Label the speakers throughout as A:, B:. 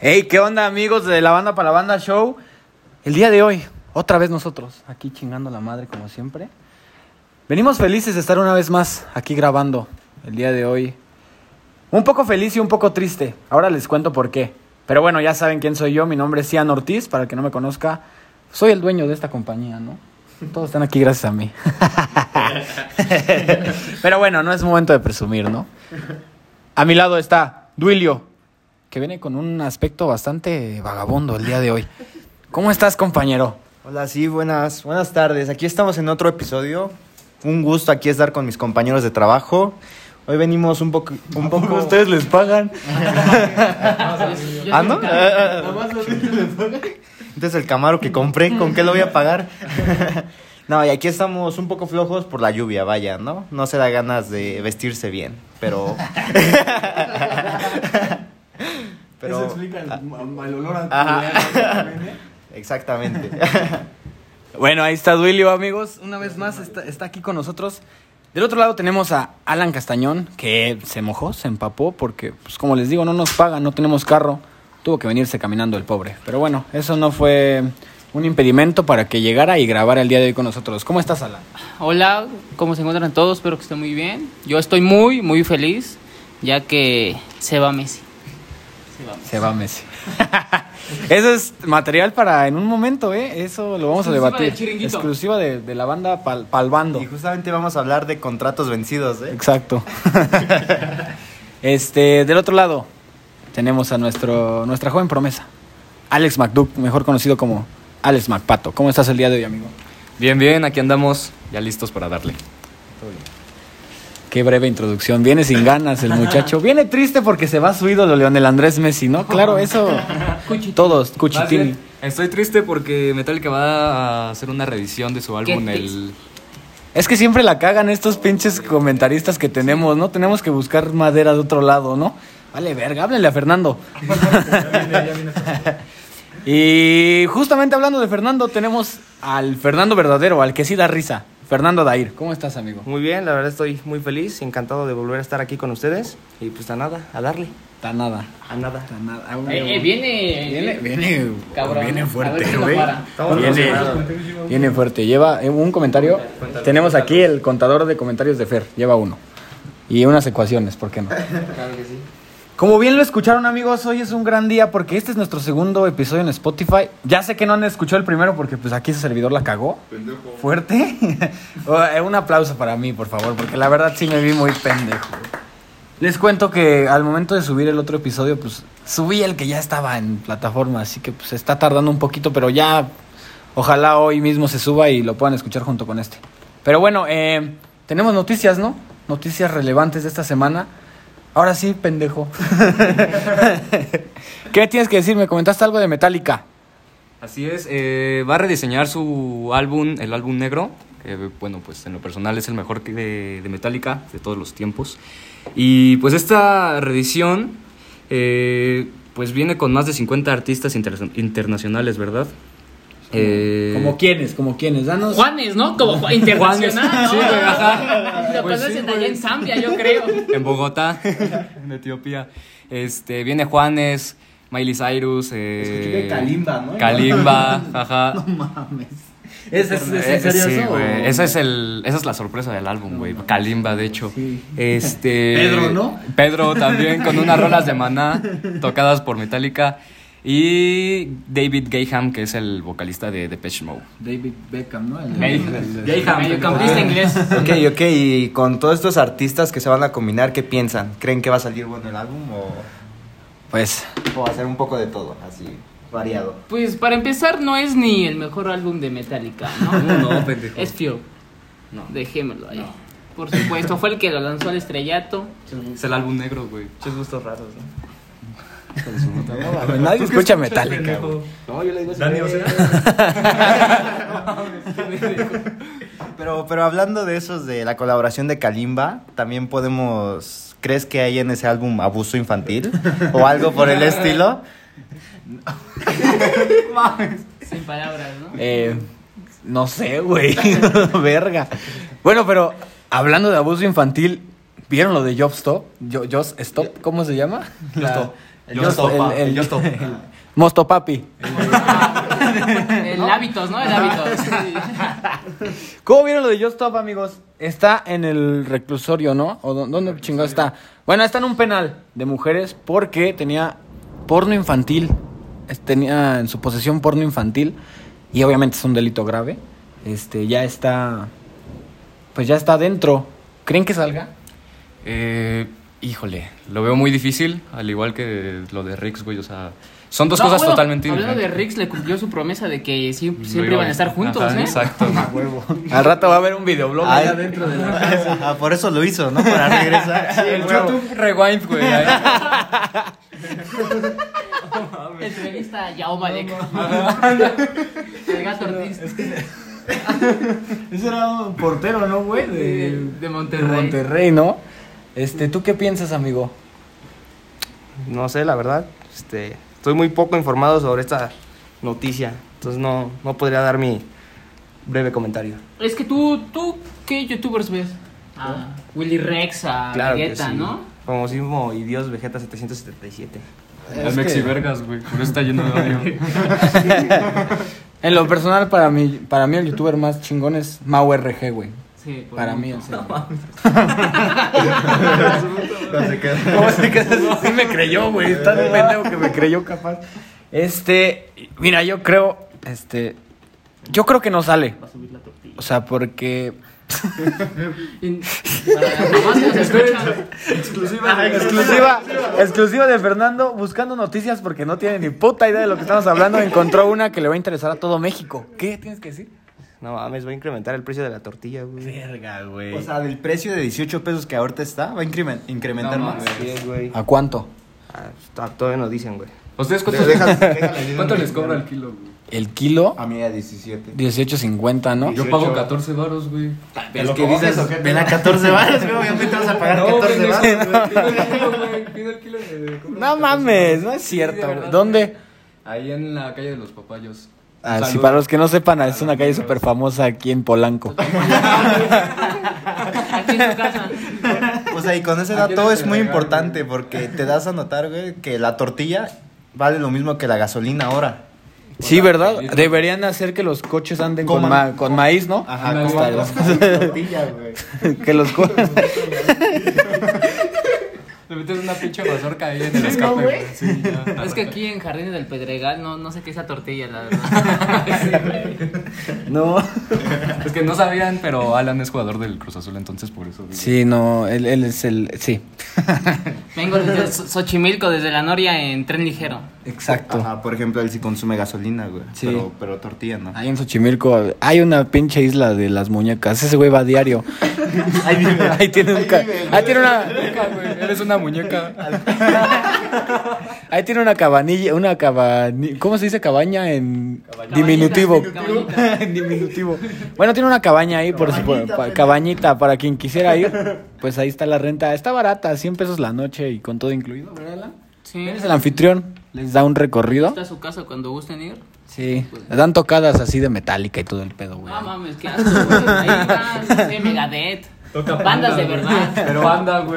A: Hey, ¿qué onda amigos de la banda para la banda show? El día de hoy, otra vez nosotros, aquí chingando la madre como siempre. Venimos felices de estar una vez más aquí grabando el día de hoy. Un poco feliz y un poco triste. Ahora les cuento por qué. Pero bueno, ya saben quién soy yo. Mi nombre es Cian Ortiz. Para el que no me conozca, soy el dueño de esta compañía, ¿no? Todos están aquí gracias a mí. Pero bueno, no es momento de presumir, ¿no? A mi lado está Duilio, que viene con un aspecto bastante vagabundo el día de hoy. ¿Cómo estás, compañero?
B: Hola, sí, buenas, buenas tardes. Aquí estamos en otro episodio. Un gusto aquí estar con mis compañeros de trabajo. Hoy venimos un poco... Un poco... ¿Ustedes les pagan? ¿Ah, no? Entonces el Camaro que compré, ¿con qué lo voy a pagar? No, y aquí estamos un poco flojos por la lluvia, vaya, ¿no? No se da ganas de vestirse bien, pero...
C: Eso explica el, ma- el olor a
B: Ajá.
C: culero que tiene.
B: Exactamente.
A: Bueno, ahí está Duilio, amigos. Una vez más está, está aquí con nosotros. Del otro lado tenemos a Alan Castañón, que se mojó, se empapó, porque, pues como les digo, no nos pagan, no tenemos carro. Tuvo que venirse caminando el pobre. Pero bueno, eso no fue un impedimento para que llegara y grabara el día de hoy con nosotros. ¿Cómo estás, Alan?
D: Hola, ¿cómo se encuentran todos? Espero que estén muy bien. Yo estoy muy, muy feliz, ya que se va Messi. Se va Messi.
A: Se va Messi. Eso es material para en un momento, ¿eh? Eso lo vamos
D: Exclusiva
A: a debatir.
D: del chiringuito.
A: Exclusiva de, de la banda pal, Palbando.
B: Y justamente vamos a hablar de contratos vencidos, ¿eh?
A: Exacto. este, del otro lado, tenemos a nuestro, nuestra joven promesa, Alex McDuck, mejor conocido como Alex McPato. ¿Cómo estás el día de hoy, amigo?
E: Bien, bien, aquí andamos, ya listos para darle.
A: Qué breve introducción. Viene sin ganas el muchacho. Viene triste porque se va su ídolo, Leonel Andrés Messi, ¿no? Claro, eso. Todos, Cuchitini.
E: Estoy triste porque Metallica va a hacer una reedición de su álbum
D: triste.
E: el...
A: Es que siempre la cagan estos pinches comentaristas que tenemos, ¿no? Tenemos que buscar madera de otro lado, ¿no? Vale, verga, háblele a Fernando. y justamente hablando de Fernando, tenemos al Fernando verdadero, al que sí da risa. Fernando Dair, ¿cómo estás, amigo?
F: Muy bien, la verdad estoy muy feliz, encantado de volver a estar aquí con ustedes. Y pues a nada, a darle,
A: Tan nada.
F: a nada.
A: Tan nada. Ah,
D: Eh, eh, viene,
A: Viene, viene,
D: cabrón.
A: viene
D: A ver
A: fuerte,
D: si lo
A: güey.
D: para.
A: Viene, viene fuerte. Lleva eh, un comentario. Tenemos aquí el contador de comentarios de Fer. Lleva uno. Y unas ecuaciones, ¿por qué no? Como bien lo escucharon amigos, hoy es un gran día porque este es nuestro segundo episodio en Spotify. Ya sé que no han escuchado el primero porque pues aquí su servidor la cagó. Fuerte. O, eh, un aplauso para mí, por favor, porque la verdad sí me vi muy pendejo. Les cuento que al momento de subir el otro episodio, pues subí el que ya estaba en plataforma, así que pues está tardando un poquito, pero ya ojalá hoy mismo se suba y lo puedan escuchar junto con este. Pero bueno, eh, tenemos noticias, ¿no? Noticias relevantes de esta semana. Ahora sí, pendejo. ¿Qué tienes que decir? Me comentaste algo de Metallica.
E: Así es, eh, va a rediseñar su álbum, el álbum negro, que bueno, pues en lo personal es el mejor que de, de Metallica de todos los tiempos. Y pues esta reedición, eh, pues viene con más de 50 artistas inter- internacionales, ¿verdad? Eh,
A: ¿Como quiénes? ¿Como quiénes? Danos.
D: Juanes, ¿no? Como Ju- internacional.
E: Juanes. Sí, güey, ajá.
D: Lo
E: Pues
D: pasas
E: sí,
D: en-
E: güey.
D: allá en Zambia, yo creo.
E: en Bogotá, en Etiopía. Este, viene Juanes, Miley Cyrus, eh,
C: Escuché que Kalimba, ¿no?
E: Kalimba, ajá.
A: ¿Es, es, es en serio
E: Eh, sí,
A: eso?
E: güey. Esa es el, esa es la sorpresa del álbum, güey. Kalimba, de hecho. Este.
A: Pedro, ¿no?
E: Pedro también con unas rolas de Maná tocadas por Metallica y David Gayham, que es el vocalista de Depeche Mode.
A: David Beckham, ¿no? El-
E: Gay-
A: el- el-
E: Gayham.
D: Mediocampista inglés.
B: Ok, ok, y con todos estos artistas que se van a combinar, ¿qué piensan? ¿Creen que va a salir bueno el álbum o,
A: Pues,
B: o va a ser un poco de todo, así, variado?
D: Pues para empezar, no es ni el mejor álbum de Metallica, ¿no?
E: No, pendejo.
D: Es Fear. No. Dejémoslo ahí. Por supuesto, fue el que lo lanzó al estrellato.
E: Es el álbum negro, güey.
F: Muchos gustos raros, ¿no?
A: nadie escucha Metallica. güey.
F: No, yo le digo
C: Dani, o sea,
B: Pero, pero hablando de esos, de la colaboración de Kalimba, también podemos... ¿Crees que hay en ese álbum abuso infantil o algo por el estilo?
D: Sin palabras, ¿no?
A: Eh, no sé, güey. Verga. Bueno, pero hablando de abuso infantil, ¿vieron lo de Job Stop? Ah. Jo- Just Stop, ¿cómo se llama? La- Yo
B: Yostopa,
A: el- el-
B: el Yostopa.
A: Mosto Papi.
D: El hábitos, ¿no? El hábitos.
E: Ah,
A: ¿Cómo vieron lo de Just Stop, amigos? Está en el reclusorio, ¿no? ¿O dó- dónde chingado está? Bueno, está en un penal de mujeres porque tenía porno infantil. Es- Tenía en su posesión porno infantil. Y obviamente es un delito grave. Este, ya está. Pues ya está dentro. ¿Creen que salga?
E: Eh, híjole, lo veo muy difícil, al igual que lo de Rix, güey. O sea, son dos
D: No,
E: cosas
D: bueno,
E: totalmente
D: Hablando de
E: diferentes.
D: Rix, le cumplió su promesa de que sí-
E: Lo
D: siempre
E: iba
D: iban a estar juntos,
E: Ajá,
D: ¿eh?
E: Exacto. güey.
A: Al rato va a haber un videoblog.
B: Ah,
A: allá
B: eh.
A: dentro de la-
B: Ah, por eso lo hizo, ¿no? Para regresar.
E: El YouTube Rewind, güey. ahí.
D: Entrevista a Yao Malek. El gato Ortiz
C: Ese era un portero, ¿no, güey?
D: de,
C: De...
D: de
A: de
D: Monterrey.
A: Monterrey, ¿no? Este, ¿tú qué piensas, amigo?
F: No sé, la verdad. Este, estoy muy poco informado sobre esta noticia. Entonces no, no podría dar mi breve comentario.
D: Es que tú, tú, ¿qué youtubers ves? A Willy Rex, a
F: que
D: Vegeta,
F: sí.
D: ¿no?
F: Famosísimo y Dios Vegeta 777.
E: El Mexi Vergas, güey. Por eso está lleno de odio.
A: En lo personal, para mí, para mí el youtuber más chingón es Mau RG, güey.
D: Sí, por
A: Para
D: un
A: mí, en
D: montón.
A: serio.
B: No se quedó.
A: Sí me creyó, güey. Está de pendejo que me creyó capaz. Este, mira, yo creo, este, yo creo que no sale.
D: Va a subir la tortilla.
A: O sea, porque
D: Y- Para los demás que nos escuchan,
A: exclusiva, exclusiva de Fernando buscando noticias porque no tiene ni puta idea de lo que estamos hablando. Encontró una que le va a interesar a todo México. ¿Qué tienes que decir?
F: No mames, va a incrementar el precio de la tortilla, güey.
B: Verga, güey. O sea, del precio de 18 pesos que ahorita está, va a incremen- incrementar
E: No
B: más.
E: mames.
F: Así es, güey.
A: ¿A cuánto?
F: Ah, está- todavía no dicen, güey.
E: ¿Ustedes cuánto, cuánto les cobra el kilo, güey?
A: El kilo
B: A mí a 17.
A: 18.50, Ah, ¿no?
E: Yo pago 14 baros, güey.
B: Es que dices, ven a 14 baros, güey, obviamente vas a pagar 14 baros.
E: Pido el kilo de.
A: No mames, no es
E: de
A: cierto.
E: verdad,
A: güey. ¿Dónde?
E: Ahí en la calle de los papayos.
A: Ah, sí,
E: Salud.
A: para los que no sepan, es una calle súper famosa aquí en Polanco.
D: aquí en su casa.
B: O sea, y con ese dato es muy importante porque te das a notar, güey, que la tortilla vale lo mismo que la gasolina ahora.
A: Sí, ¿verdad? Deberían hacer que los coches anden con,
B: Coman.
A: ma- con maíz, ¿no?
B: Ajá,
E: Una
B: con
E: guapa.
B: la tortilla, güey.
A: que los co-
E: Le metes una pinche mazorca ahí en el escape, güey. Sí, ya.
D: Es que aquí en Jardines del Pedregal no, no sé qué es la tortilla, la verdad.
A: No.
E: Es que no sabían, pero Alan es jugador del Cruz Azul, entonces por eso. digo.
A: Sí, no, él, él es el... Sí,
D: Vengo desde So- Xochimilco, desde la Noria en tren ligero.
A: exacto.
B: Ajá, por ejemplo, él sí consume gasolina, güey.
A: Sí.
B: Pero, pero tortilla, ¿no?
A: Ahí en Xochimilco hay una pinche isla de las muñecas. Ese güey va a diario.
B: Ahí vive.
A: Ahí tiene un ca- Ahí tiene una...
E: Muñeca, güey, Eres una muñeca.
A: Ahí tiene una cabanilla, una cabani... ¿Cómo se dice cabaña en
D: Cabañita.
A: diminutivo?
D: Cabañita.
A: En diminutivo. Bueno, tiene una cabaña ahí, por si- por- pa- cabañita, para quien quisiera ir. Pues ahí está la renta. Está barata, 100 pesos la noche y con todo incluido, ¿verdad, Alan?
D: Sí.
A: Eres el anfitrión, les da un recorrido.
D: Está a su casa cuando gusten ir.
A: Sí, les dan tocadas así de metálica y todo el pedo, güey.
D: No mames, qué asco. güey. Ahí van, no sé, Megadeth. Bandas de verdad.
B: Pero,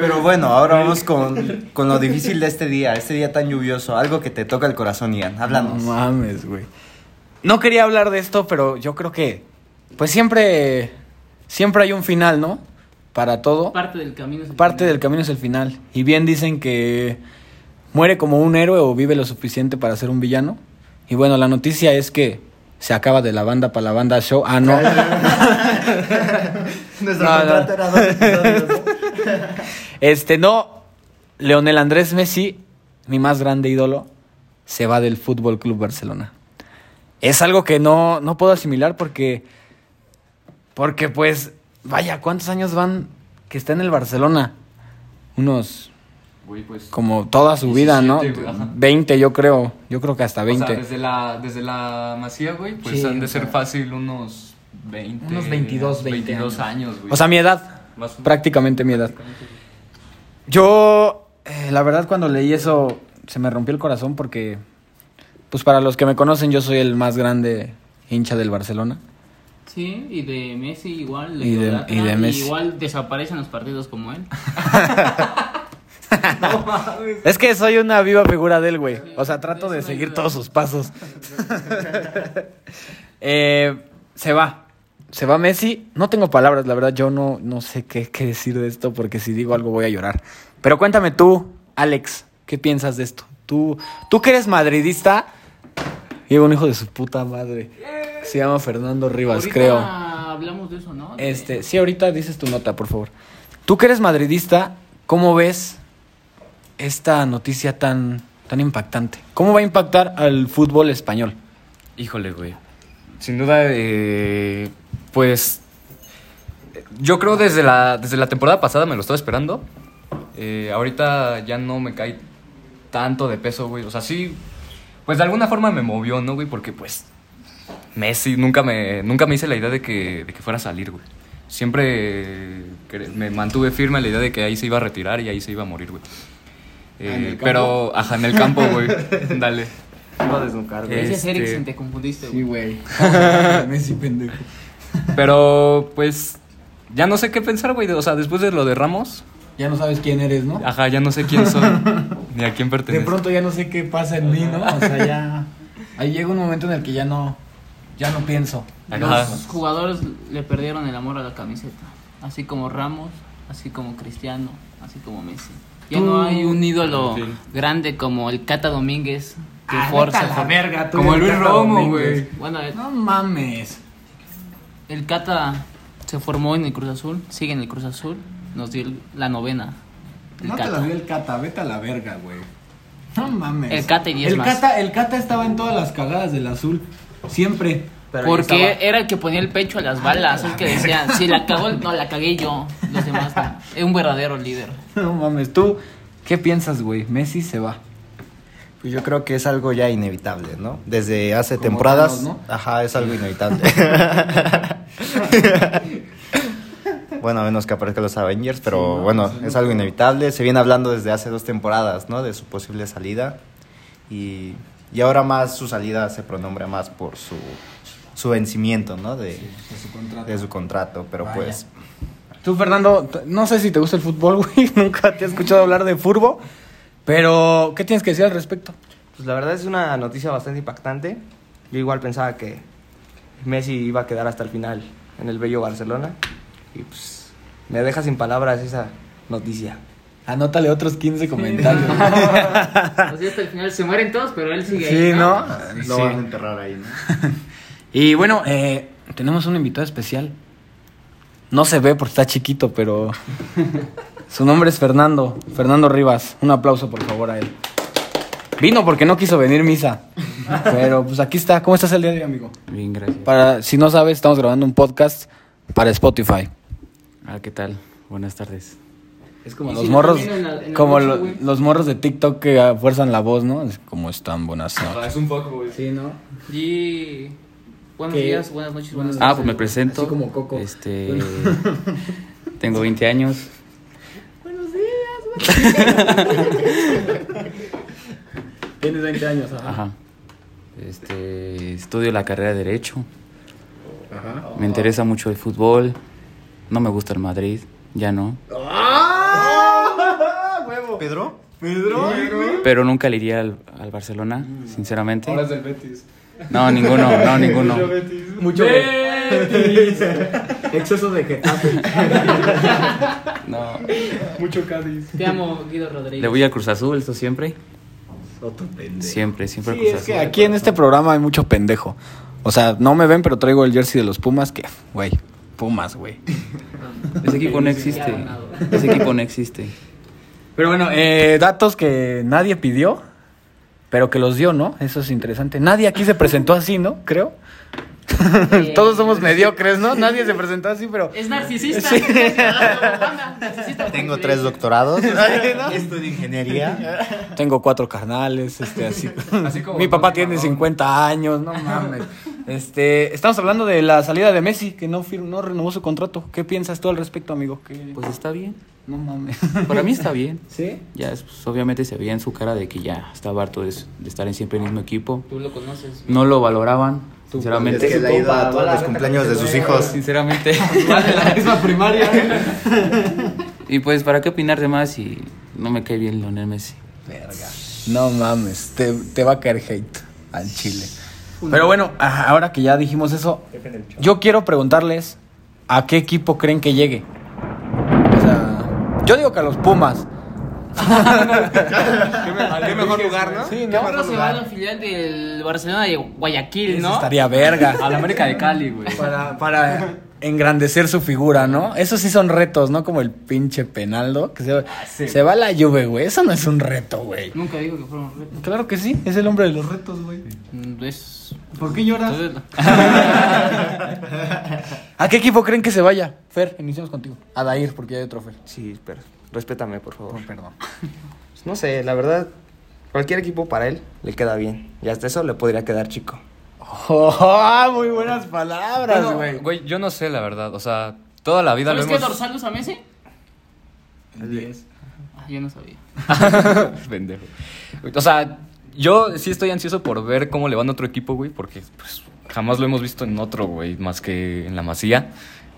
B: pero bueno, ahora vamos con, con lo difícil de este día, este día tan lluvioso, algo que te toca el corazón, Ian.
A: No
B: Háblanos.
A: mames, güey. No quería hablar de esto, pero yo creo que, pues siempre, siempre hay un final, ¿no? Para todo.
D: Parte del camino. es el
A: Parte
D: camino.
A: del camino es el final. Y bien dicen que muere como un héroe o vive lo suficiente para ser un villano. Y bueno, la noticia es que se acaba de la banda para la banda show. Ah, no.
B: Nuestro
A: No, no.
B: contrato era dos episodios.
A: Este, no. Leonel Andrés Messi, mi más grande ídolo, se va del Fútbol Club Barcelona. Es algo que no, no puedo asimilar porque. Porque, pues, vaya, ¿cuántos años van que está en el Barcelona? Unos.
E: Güey, pues.
A: Como toda su vida, ¿no?
E: 17, güey, ajá.
A: 20, yo creo. Yo creo que hasta 20.
E: O sea, desde la, desde la masía, güey, pues
A: Sí,
E: han de
A: o
E: ser
A: sea,
E: fácil unos 20.
A: unos 22, 20
E: 22 años, güey.
A: O sea, mi edad.
E: Más-
A: prácticamente mi edad. Yo, eh, la verdad, cuando leí eso, se me rompió el corazón porque, pues para los que me conocen, yo soy el más grande hincha del Barcelona.
D: Sí, y de Ah, Messi igual. lo
A: Y de-
D: idolatran,
A: y de
D: y
A: Messi.
D: Igual desaparecen los partidos como él.
A: Es que soy una viva figura del güey. O sea, trato de seguir todos sus pasos. Eh, se va. Se va Messi. No tengo palabras, la verdad. Yo no, no sé qué, qué decir de esto porque si digo algo voy a llorar. Pero cuéntame tú, Alex, ¿qué piensas de esto? Tú, tú que eres madridista. Lleva un hijo de su puta madre. Se llama Fernando Rivas,
D: Ahorita
A: Pues creo.
D: Hablamos de eso, ¿no? De-
A: Este, sí, ahorita dices tu nota, por favor. Tú que eres madridista, ¿cómo ves esta noticia tan, tan impactante? ¿Cómo va a impactar al fútbol español?
E: Híjole, güey. Sin duda, eh, pues. Yo creo desde la, desde la temporada pasada me lo estaba esperando. Eh, ahorita ya no me cae tanto de peso, güey. O sea, sí. Pues de alguna forma me movió, ¿no, güey? Porque, pues. Messi, nunca me, nunca me hice la idea de que, de que fuera a salir, güey. Siempre eh, cre- me mantuve firme a la idea de que ahí se iba a retirar y ahí se iba a morir, güey. Eh, pero, ajá, en el campo, güey. Dale.
F: Iba a desnucar, güey.
D: Ese es
E: este-
D: Eriksen, te confundiste, güey.
A: güey. Messi pendejo.
E: Pero, pues, ya no sé qué pensar, güey. O sea, después de lo de Ramos,
A: Ya no sabes quién eres, ¿no?
E: ajá, ya no sé quién soy, ni a quién
A: De
E: pertenezco.
A: pronto ya no sé qué pasa en mí, ¿no? O sea, ya. Ahí llega un momento en el que ya no. Ya no pienso.
E: Ajá.
D: Los jugadores le perdieron el amor a la camiseta. Así como Ramos, así como Cristiano, así como Messi. Ya no hay un ídolo
E: En fin.
D: grande como el Cata Domínguez que
A: Ah,
D: forza.
A: vete a la verga, tú,
E: Como
A: el
E: Luis
A: Tata
E: Romo,
A: Domínguez.
E: güey.
D: Bueno, el-
A: No mames.
D: el Cata se formó en el Cruz Azul, sigue en el Cruz Azul, nos dio el- la novena. El
A: No te la
D: Cata.
A: dio el Cata, vete a la verga, güey. No mames.
D: El Cata y diez
A: el
D: más.
A: Cata, el Cata estaba en todas las cagadas del azul. Siempre.
F: Pero ahí
D: Porque
F: estaba.
D: era el que ponía el pecho a las
A: Ah,
D: balas, el que decía, si la cagó, no, la cagué yo, los demás no. Es un verdadero líder.
A: No mames. ¿Tú qué piensas, güey? Messi se va.
B: Pues yo creo que es algo ya inevitable, ¿no? Desde hace temporadas.
A: Thanos, ¿no?
B: Ajá, es algo inevitable. bueno, a menos que aparezcan los Avengers, pero bueno, es algo inevitable. Se viene hablando desde hace dos temporadas, ¿no? De su posible salida. Y, y ahora más su salida se pronombra más por su, su vencimiento, ¿no? De, de su contrato. Pero pues.
A: Tú, Fernando, t- no sé si te gusta el fútbol, güey. Nunca te he escuchado hablar de furbo. Pero, ¿qué tienes que decir al respecto?
F: Pues la verdad es una noticia bastante impactante. Yo igual pensaba que Messi iba a quedar hasta el final en el bello Barcelona. Y pues me deja sin palabras esa noticia.
A: Anótale otros 15 comentarios.
D: Así hasta el final se mueren todos, pero él sigue ahí.
A: sí, ¿no?
B: Lo van a enterrar ahí, ¿no?
A: Y bueno, eh, tenemos un invitado especial. No se ve porque está chiquito, pero su nombre es Fernando, Fernando Rivas. Un aplauso por favor a él. Vino porque no quiso venir misa. Pero pues aquí está. ¿Cómo estás el día de hoy, amigo?
G: Bien, gracias.
A: Para si no sabes, estamos grabando un podcast para Spotify.
G: Ah, ¿qué tal? Buenas tardes.
A: Es como
D: Y
A: los
D: si no
A: morros,
D: viene en la- en la
A: como
D: noche,
A: lo-
D: güey.
A: los morros de TikTok que ah, fuerzan la voz, ¿no? Es como están buenas noches.
E: es un poco, güey.
A: Sí, ¿no?
D: Y buenos
A: ¿Qué?
D: días, buenas noches, buenas
G: Ah,
D: tardes.
G: pues me presento.
A: Así como Coco.
G: Este. tengo 20 años.
A: Tienes 20 años,
G: Ajá. Este. Estudio la carrera de Derecho. Me interesa mucho el fútbol. No me gusta el Madrid. Ya no.
A: ¡Ah!
B: ¿Pedro?
G: Pero nunca le iría al, al Barcelona,
A: Mm.
G: sinceramente. Ahora es del Betis. No, ninguno, no, ninguno.
A: Mucho Betis. Exceso de Getafe.
G: No.
D: Te amo, Guido Rodríguez.
G: Le voy al Cruz Azul, eso siempre.
A: Otro pendejo.
G: Siempre, siempre al
A: Sí,
G: Cruz
A: es que
G: Azul.
A: aquí en este programa hay mucho pendejo. O sea, no me ven, pero traigo el jersey de los Pumas que, güey, Pumas, güey.
G: Ese equipo no existe. Ese equipo no existe.
A: Pero bueno, eh, datos que nadie pidió, pero que los dio, ¿no? Eso es interesante. Nadie aquí se presentó así, ¿no? Creo.
D: Sí.
A: Todos somos mediocres, ¿no? Nadie se presentó así, pero...
D: Es narcisista.
A: Sí.
D: Anda, narcisista por
B: Tengo
D: excelencia.
B: tres doctorados. Estudio ingeniería.
A: Tengo cuatro carnales, este, así.
E: Así como
A: Mi papá
E: Tony
A: tiene
E: Marrón.
A: 50 años, no mames. Este, estamos hablando de la salida de Messi, que no, fir- no renovó su contrato. ¿Qué piensas tú al respecto, amigo? ¿Qué-
G: Pues está bien.
A: No mames.
G: Para mí está bien.
A: ¿Sí?
G: Ya, es- pues, obviamente se veía en su cara de que ya estaba harto de, s- de estar en siempre el mismo equipo.
D: Tú lo conoces.
G: No lo valoraban,
B: Es que
G: sinceramente.
B: le ha ido a todos los cumpleaños de sus hijos.
G: Sinceramente.
A: la misma primaria.
G: Y pues, ¿para qué opinar de más si No me cae bien Lionel Messi.
A: Verga. No mames, te, te va a caer hate al chile. Pero bueno, a- ahora que ya dijimos eso, yo quiero preguntarles a qué equipo creen que llegue. O sea, yo digo que a los Pumas.
F: Qué mejor lugar, ¿no?
A: Sí,
D: Ahora se va a la filial del Barcelona de Guayaquil, ¿no?
A: Estaría verga.
E: A la América de Cali, güey.
A: Para, para engrandecer su figura, ¿no? Esos sí son retos, ¿no? Como el pinche Penaldo, que se, se va a la lluvia, Ah, güey. Eso no es un reto, güey.
D: Nunca digo que fueron retos.
A: Claro que sí, es el hombre de los retos, güey.
D: Mm, ah, Es...
C: ¿Por qué lloras?
A: ¿A qué equipo creen que se vaya? Fer, iniciamos contigo. A Dair, porque ya hay otro Fer.
F: Sí, pero respétame, por favor.
A: Perdón.
F: Pues No sé, la verdad, cualquier equipo para él le queda bien. Y hasta eso le podría quedar chico.
A: Oh, muy buenas palabras,
E: Bueno,
A: güey.
E: Güey, yo no sé, la verdad. O sea, toda la vida lo
D: ¿Sabes qué
E: hemos...
D: dorsal usa Messi? Ah, yo no sabía.
E: Pendejo. O sea, yo sí estoy ansioso por ver cómo le van a otro equipo, güey, porque pues, jamás lo hemos visto en otro, güey, más que en la Masía,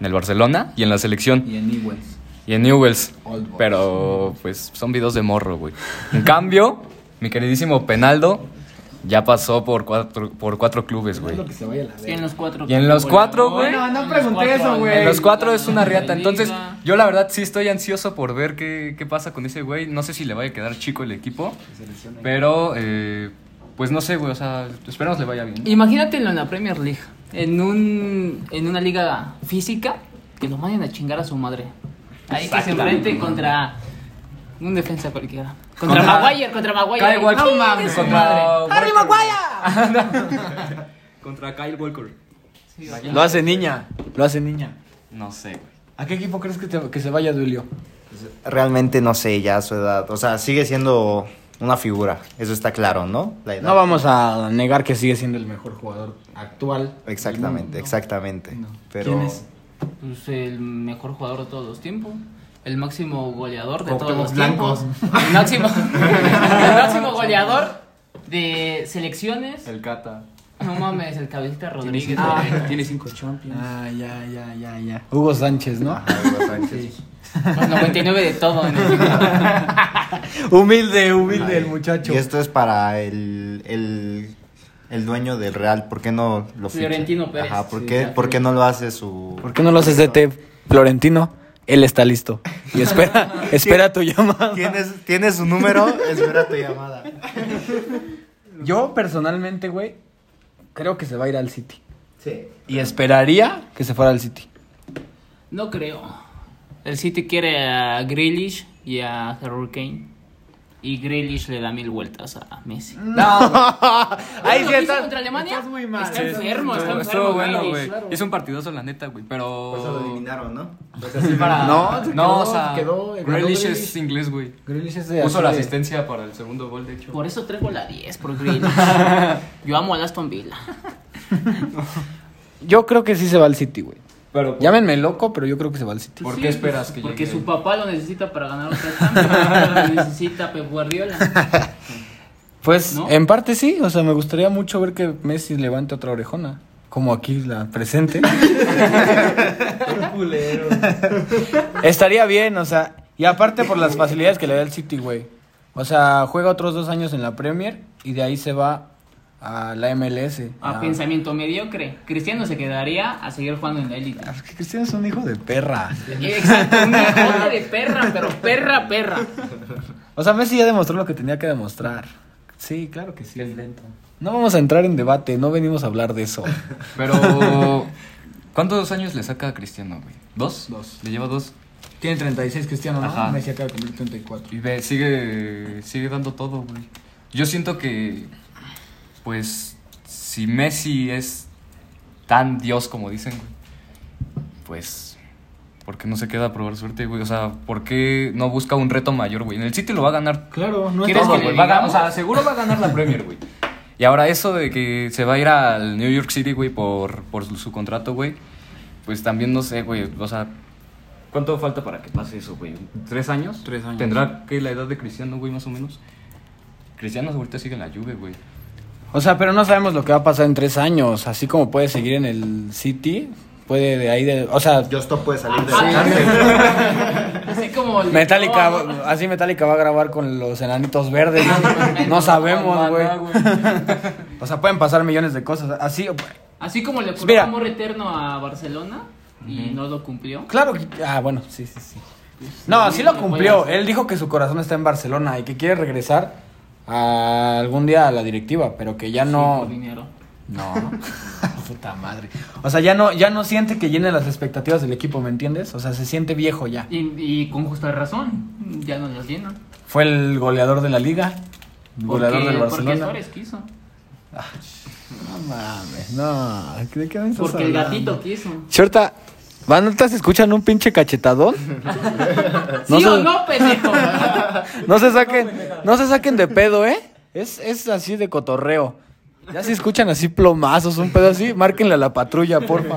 E: en el Barcelona y en la selección. Y en Newells. Y en Newells. Pero, pues, son videos de morro, güey. En cambio, mi queridísimo Penaldo ya pasó por cuatro, por cuatro clubes, güey.
D: Sí, en los cuatro.
E: Y en los cuatro, güey.
D: No,
C: no pregunté eso, güey.
E: En los cuatro es una riata. Entonces, yo la verdad sí estoy ansioso por ver qué, qué pasa con ese güey. No sé si le vaya a quedar chico el equipo. Pero, eh, pues no sé, güey. O sea, esperamos le vaya bien.
D: Imagínatelo en la Premier League. En, un, en una liga física que lo manden a chingar a su madre. Ahí que se enfrente contra un defensa cualquiera. Contra,
E: Contra-
D: Maguire, contra Maguire.
E: Kyle
D: Ahí,
E: Walker.
D: no mames,
E: Contra
D: madre.
E: Harry Maguire. contra Kyle Walker.
A: Lo hace niña. Lo hace niña.
E: No sé, güey.
A: ¿A qué equipo crees que, te- que se vaya Duilio?
B: Realmente no sé ya su edad. O sea, sigue siendo una figura. Eso está claro, ¿no? La edad.
A: No vamos a negar que sigue siendo el mejor jugador actual.
B: Exactamente, exactamente. Pero
A: ¿Quién es?
D: Pues el mejor jugador de todos los tiempos. El máximo goleador de todos los
C: Cuauhtémoc Blanco.
D: tiempos. El máximo, el máximo goleador de selecciones.
E: El Cata.
D: No mames, el cabecita Rodríguez. güey.
G: Tiene cinco champions.
A: Ah, ya, ya, ya, ya. Hugo Sánchez, ¿no?
B: Ajá, Hugo Sánchez.
D: Los 99 de todo. ¿no?
A: Humilde, humilde el muchacho.
B: Y esto es para el, el, el dueño del Real. ¿Por qué no lo ficha?
D: Florentino Pérez.
B: Ajá, ¿por,
D: Sí,
B: qué,
D: ya.
B: ¿por qué no lo hace su...?
A: ¿Por qué no lo haces DT, Florentino? Él está listo. Y espera, espera tu llamada.
B: ¿Tienes, ¿Tienes su número? Espera tu llamada.
A: Yo personalmente, güey, creo que se va a ir al City. Sí. Y esperaría que se fuera al City.
D: No creo. El City quiere a Grealish y a Harry Kane. Y Grealish le da mil vueltas a Messi.
A: Ahí
D: ¿Lo
A: sí
D: que hizo
A: estás-
D: contra Alemania?
A: estás muy mal.
D: Está enfermo, está
E: Estuvo,
D: enfermo.
E: bueno, güey.
D: Grealish.
E: Es un partidazo, la neta, güey.
D: Oh.
E: Pero.
B: Pues ¿no?
A: Pues
B: Pues,
A: No, se
E: No,
A: quedó-
E: o sea,
A: se quedó- ganó
E: Grealish
A: Grealish.
E: es inglés, güey.
A: Grealish es de
E: Puso
A: así
E: la
A: de-
E: asistencia para el segundo gol, de hecho.
D: Por eso traigo la 10 por Grealish. Yo amo a Aston Villa.
A: Yo creo que sí se va al City, güey.
E: Pero,
A: Llámenme loco, pero yo creo que se va al City.
E: ¿por
D: Sí,
E: qué esperas que
D: pues, Porque
E: llegue?
D: su papá lo necesita para ganar otra Champions. lo necesita Pep Guardiola.
A: Pues
D: ¿No?
A: en parte sí, o sea, me gustaría mucho ver que Messi levante otra orejona. Como aquí la presente. Estaría bien, o sea, y aparte por las facilidades que le da el City, güey. O sea, juega otros dos años en la Premier y de ahí se va a la MLS.
E: Ah.
D: A pensamiento mediocre. Cristiano se quedaría a seguir jugando en la élite.
A: Ah, que Cristiano es un hijo de perra.
D: Exacto, una hijota de perra, pero perra, perra.
A: O sea, Messi ya demostró lo que tenía que demostrar. Sí, claro que sí. No vamos a entrar en debate, no venimos a hablar de eso.
E: Pero. ¿Cuántos años le saca a Cristiano, güey? ¿Dos?
A: Dos.
E: Le lleva dos.
A: Tiene 36 Cristiano,
E: ¿no?
A: Messi acaba de cumplir 34.
E: Y ve, sigue, sigue dando todo, güey. Yo siento que, pues, si Messi es tan Dios como dicen, güey, pues, ¿por qué no se queda a probar suerte, güey? O sea, ¿por qué no busca un reto mayor, güey? En el City lo va a ganar.
A: Claro, no
E: ¿Quieres
D: todo,
E: que le
D: güey.
E: va a ganar? O sea, seguro va a ganar la Premier, güey. Y ahora eso de que se va a ir al New York City, güey, por, por su, su contrato, güey, pues también no sé, güey, o sea... ¿Cuánto falta para que pase eso, güey? ¿Tres años?
C: Tres años.
E: ¿Tendrá que la edad de Cristiano, güey, más o menos? Cristiano ahorita sigue en la lluvia, güey.
A: O sea, pero no sabemos lo que va a pasar en tres años. Así como puede seguir en el City, Puede de ahí de. O sea,
B: Yo esto puede salir de
D: Ah,
B: la cárcel.
D: Así como. el-
A: Metallica,
D: No, no,
A: así Metallica va a grabar con los enanitos verdes. No sabemos,
D: no,
A: güey.
D: no,
A: O sea, pueden pasar millones de cosas. Así,
D: Así como le puso
A: Mira.
D: amor eterno a Barcelona y no lo cumplió.
A: claro que. Ah, bueno, sí, sí, sí. No, sí lo
D: sí,
A: cumplió.
D: puede
A: Él dijo que su corazón está en Barcelona y que quiere regresar a algún día a la directiva, pero que ya
D: Sí,
A: no.
D: por dinero.
A: No. Puta madre. O sea, ya no, ya no siente que llene las expectativas del equipo, ¿me entiendes? O sea, se siente viejo ya.
D: Y, y con justa razón, ya no las llenan.
A: Fue el goleador de la liga. Goleador
D: Porque,
A: del
D: porque
A: Barcelona.
D: Suárez quiso.
A: No mames, no. ¿De qué me estás
D: Porque el
A: hablando?
D: gatito quiso.
A: Shorta, ¿vanotas escuchan un pinche cachetadón? No
D: ¿Sí o
A: sé.
D: no, pendejo?
A: No se saquen, no se saquen de pedo, ¿eh? Es, es así de cotorreo. Ya si escuchan así plomazos, un pedo así, márquenle a la patrulla, porfa.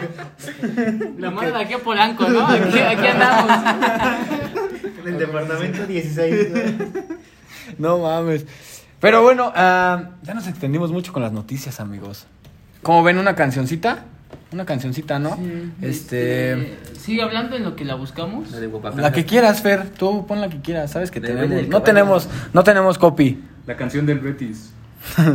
D: La madre de aquí a Polanco, ¿no? Aquí, aquí andamos.
B: En el departamento 16. ¿no?
A: No mames. Pero bueno, ah, ya nos extendimos mucho con las noticias, amigos. Como ven, una cancioncita. Una cancioncita, ¿no? este.
D: Eh, Sigue hablando en lo que la buscamos.
G: La de Guapapata.
A: La que quieras, Fer. Tú pon la que quieras. Sabes que
G: De
A: tenemos.
G: Belén del
A: No
G: Caballo.
A: tenemos, no tenemos copy.
E: La canción del Betis.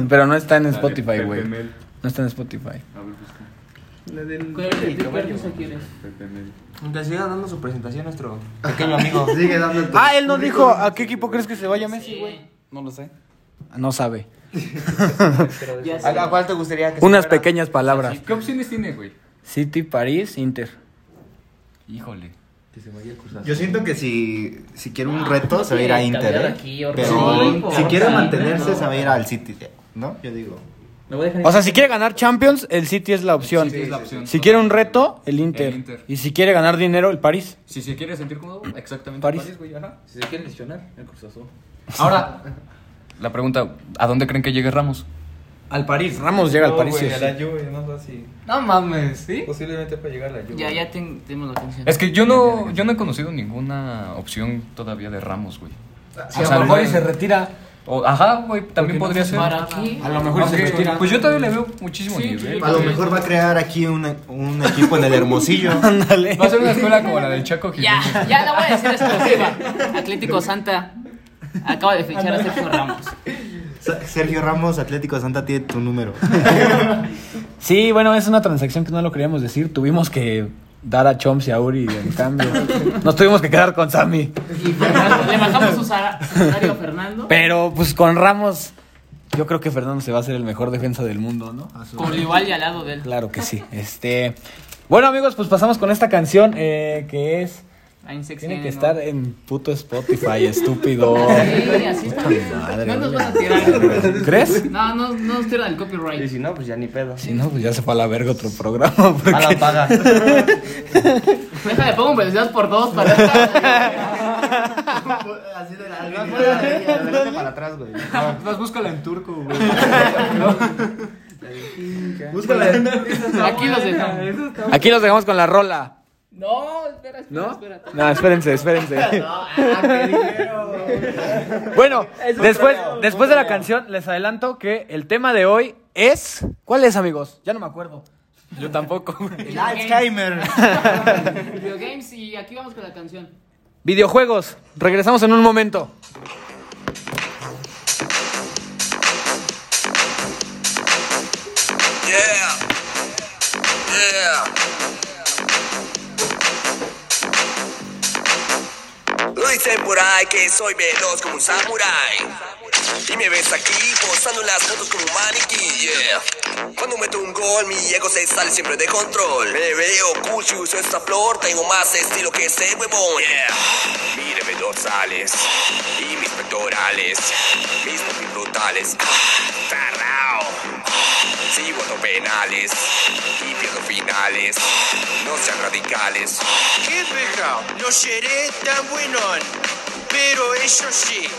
A: Pero no está en
E: La de
A: Spotify,
E: Pepe
A: güey.
E: Mel.
A: No está en Spotify.
E: A ver, busca.
F: La del
D: ¿Cuál es el tipo de artista quieres?
E: Pepe Mel.
F: Aunque siga dando su presentación nuestro pequeño amigo.
B: Sigue dando el
A: Ah, él no dijo a qué equipo crees que se vaya Messi,
D: Sí,
A: güey. No lo sé. No sabe.
D: ya sé.
F: ¿A, a cuál te gustaría que se
A: Unas
F: fuera?
A: pequeñas palabras.
E: ¿Qué opciones tiene, güey?
A: City, París, Inter.
E: Híjole.
B: Yo siento que si, si quiere un reto, se va a ir a Inter.
H: cambiar
B: ¿eh?
H: aquí, horror.
D: Sí,
B: Pero si
D: por
B: quiere
D: favor.
B: mantenerse, se va a ir al City. ¿No? Yo digo.
G: Me voy a dejar
A: O sea, si quiere ganar Champions, el City es la opción.
E: City es la opción.
A: Si quiere un reto, el Inter.
E: El Inter.
A: Y si quiere ganar dinero, el París.
E: Si se quiere sentir cómodo, exactamente.
A: París.
E: güey, ajá.
G: Si se quieren lesionar, el Cruz Azul.
E: Ahora, la pregunta: ¿a dónde creen que llegue Ramos?
A: Al París. Pues Ramos llega al
F: No,
A: París.
F: güey,
A: sí,
F: a
A: sí.
F: la Juve, no sé si
E: No mames, ¿sí?
G: Pues
F: posiblemente para llegar a la Juve.
D: Ya, ya ten- tenemos la canción.
E: Es que yo no, yo no he conocido ninguna opción todavía de Ramos, güey.
A: Ah, Sí, a lo mejor y se retira.
E: O- ajá, güey, también
D: Porque
E: podría
D: no
E: ser.
D: ¿Para qué?
A: A lo mejor y se
E: Aunque-
A: retira.
E: Pues yo todavía le veo muchísimo nivel.
B: A lo mejor va a crear aquí un, un equipo en el Hermosillo.
A: Ándale.
E: Va a ser una escuela como la del Chaco
D: Ya,
E: Jiménez.
D: ya la voy a decir exclusiva. Atlético Santa acaba de fichar a Sergio Ramos.
B: Sa- Sergio Ramos, Atlético Santa, tiene tu número.
A: Sí, bueno, es una transacción que no lo queríamos decir. Tuvimos que dar a Chomps y a Uri en cambio. Nos tuvimos que quedar con Sammy.
D: Y Fernando, le bajamos su sa- su salario a Fernando.
A: Pero pues con Ramos, yo creo que Fernando se va a hacer el mejor defensa del mundo, ¿no?
D: Con igual y al lado de él.
A: Claro que sí. Este. Bueno, amigos, pues pasamos con esta canción eh, que es.
D: Ein Sex
A: Tiene
D: Man,
A: que
D: ¿no?
A: estar en puto Spotify, estúpido.
D: Sí, así está bien.
A: Madre,
D: No nos
A: güey.
D: van a tirar.
A: ¿Crees?
D: No, no, no nos tiran el
F: Y
D: copyright.
F: si no, pues ya ni pedo.
A: Si no, pues ya se fue a la verga otro programa. porque-
F: Alan paga.
D: Déjale, pongo velocidad por dos para
B: Así de la para atrás, güey.
E: Más búscala en turco, güey.
D: Aquí los dejamos.
A: Aquí los dejamos con la rola.
D: No, espera, espera,
A: ¿No?
D: espérate.
A: No, espérense, espérense. ah, bueno, después, después de la canción, les adelanto que el tema de hoy es. ¿Cuál es, amigos? Ya no me acuerdo. Yo tampoco.
B: Alzheimer.
D: Videogames y aquí vamos con la canción.
A: Videojuegos. Regresamos en un momento.
I: Yeah. Yeah. Lo dicen por ahí que soy veloz como un samurái. Y me ves aquí posando en las fotos como un maniquí. Yeah. Cuando meto un gol, mi ego se sale siempre de control. Me veo cool si uso esta flor. Tengo más estilo que ese huevón. Yeah. Míreme dorsales y mis pectorales, mis pupis brutales. Tarrao. Sí, voto penales y pierdo finales. No sean radicales.
J: ¿Qué pecado? No seré tan buenón, pero eso sí,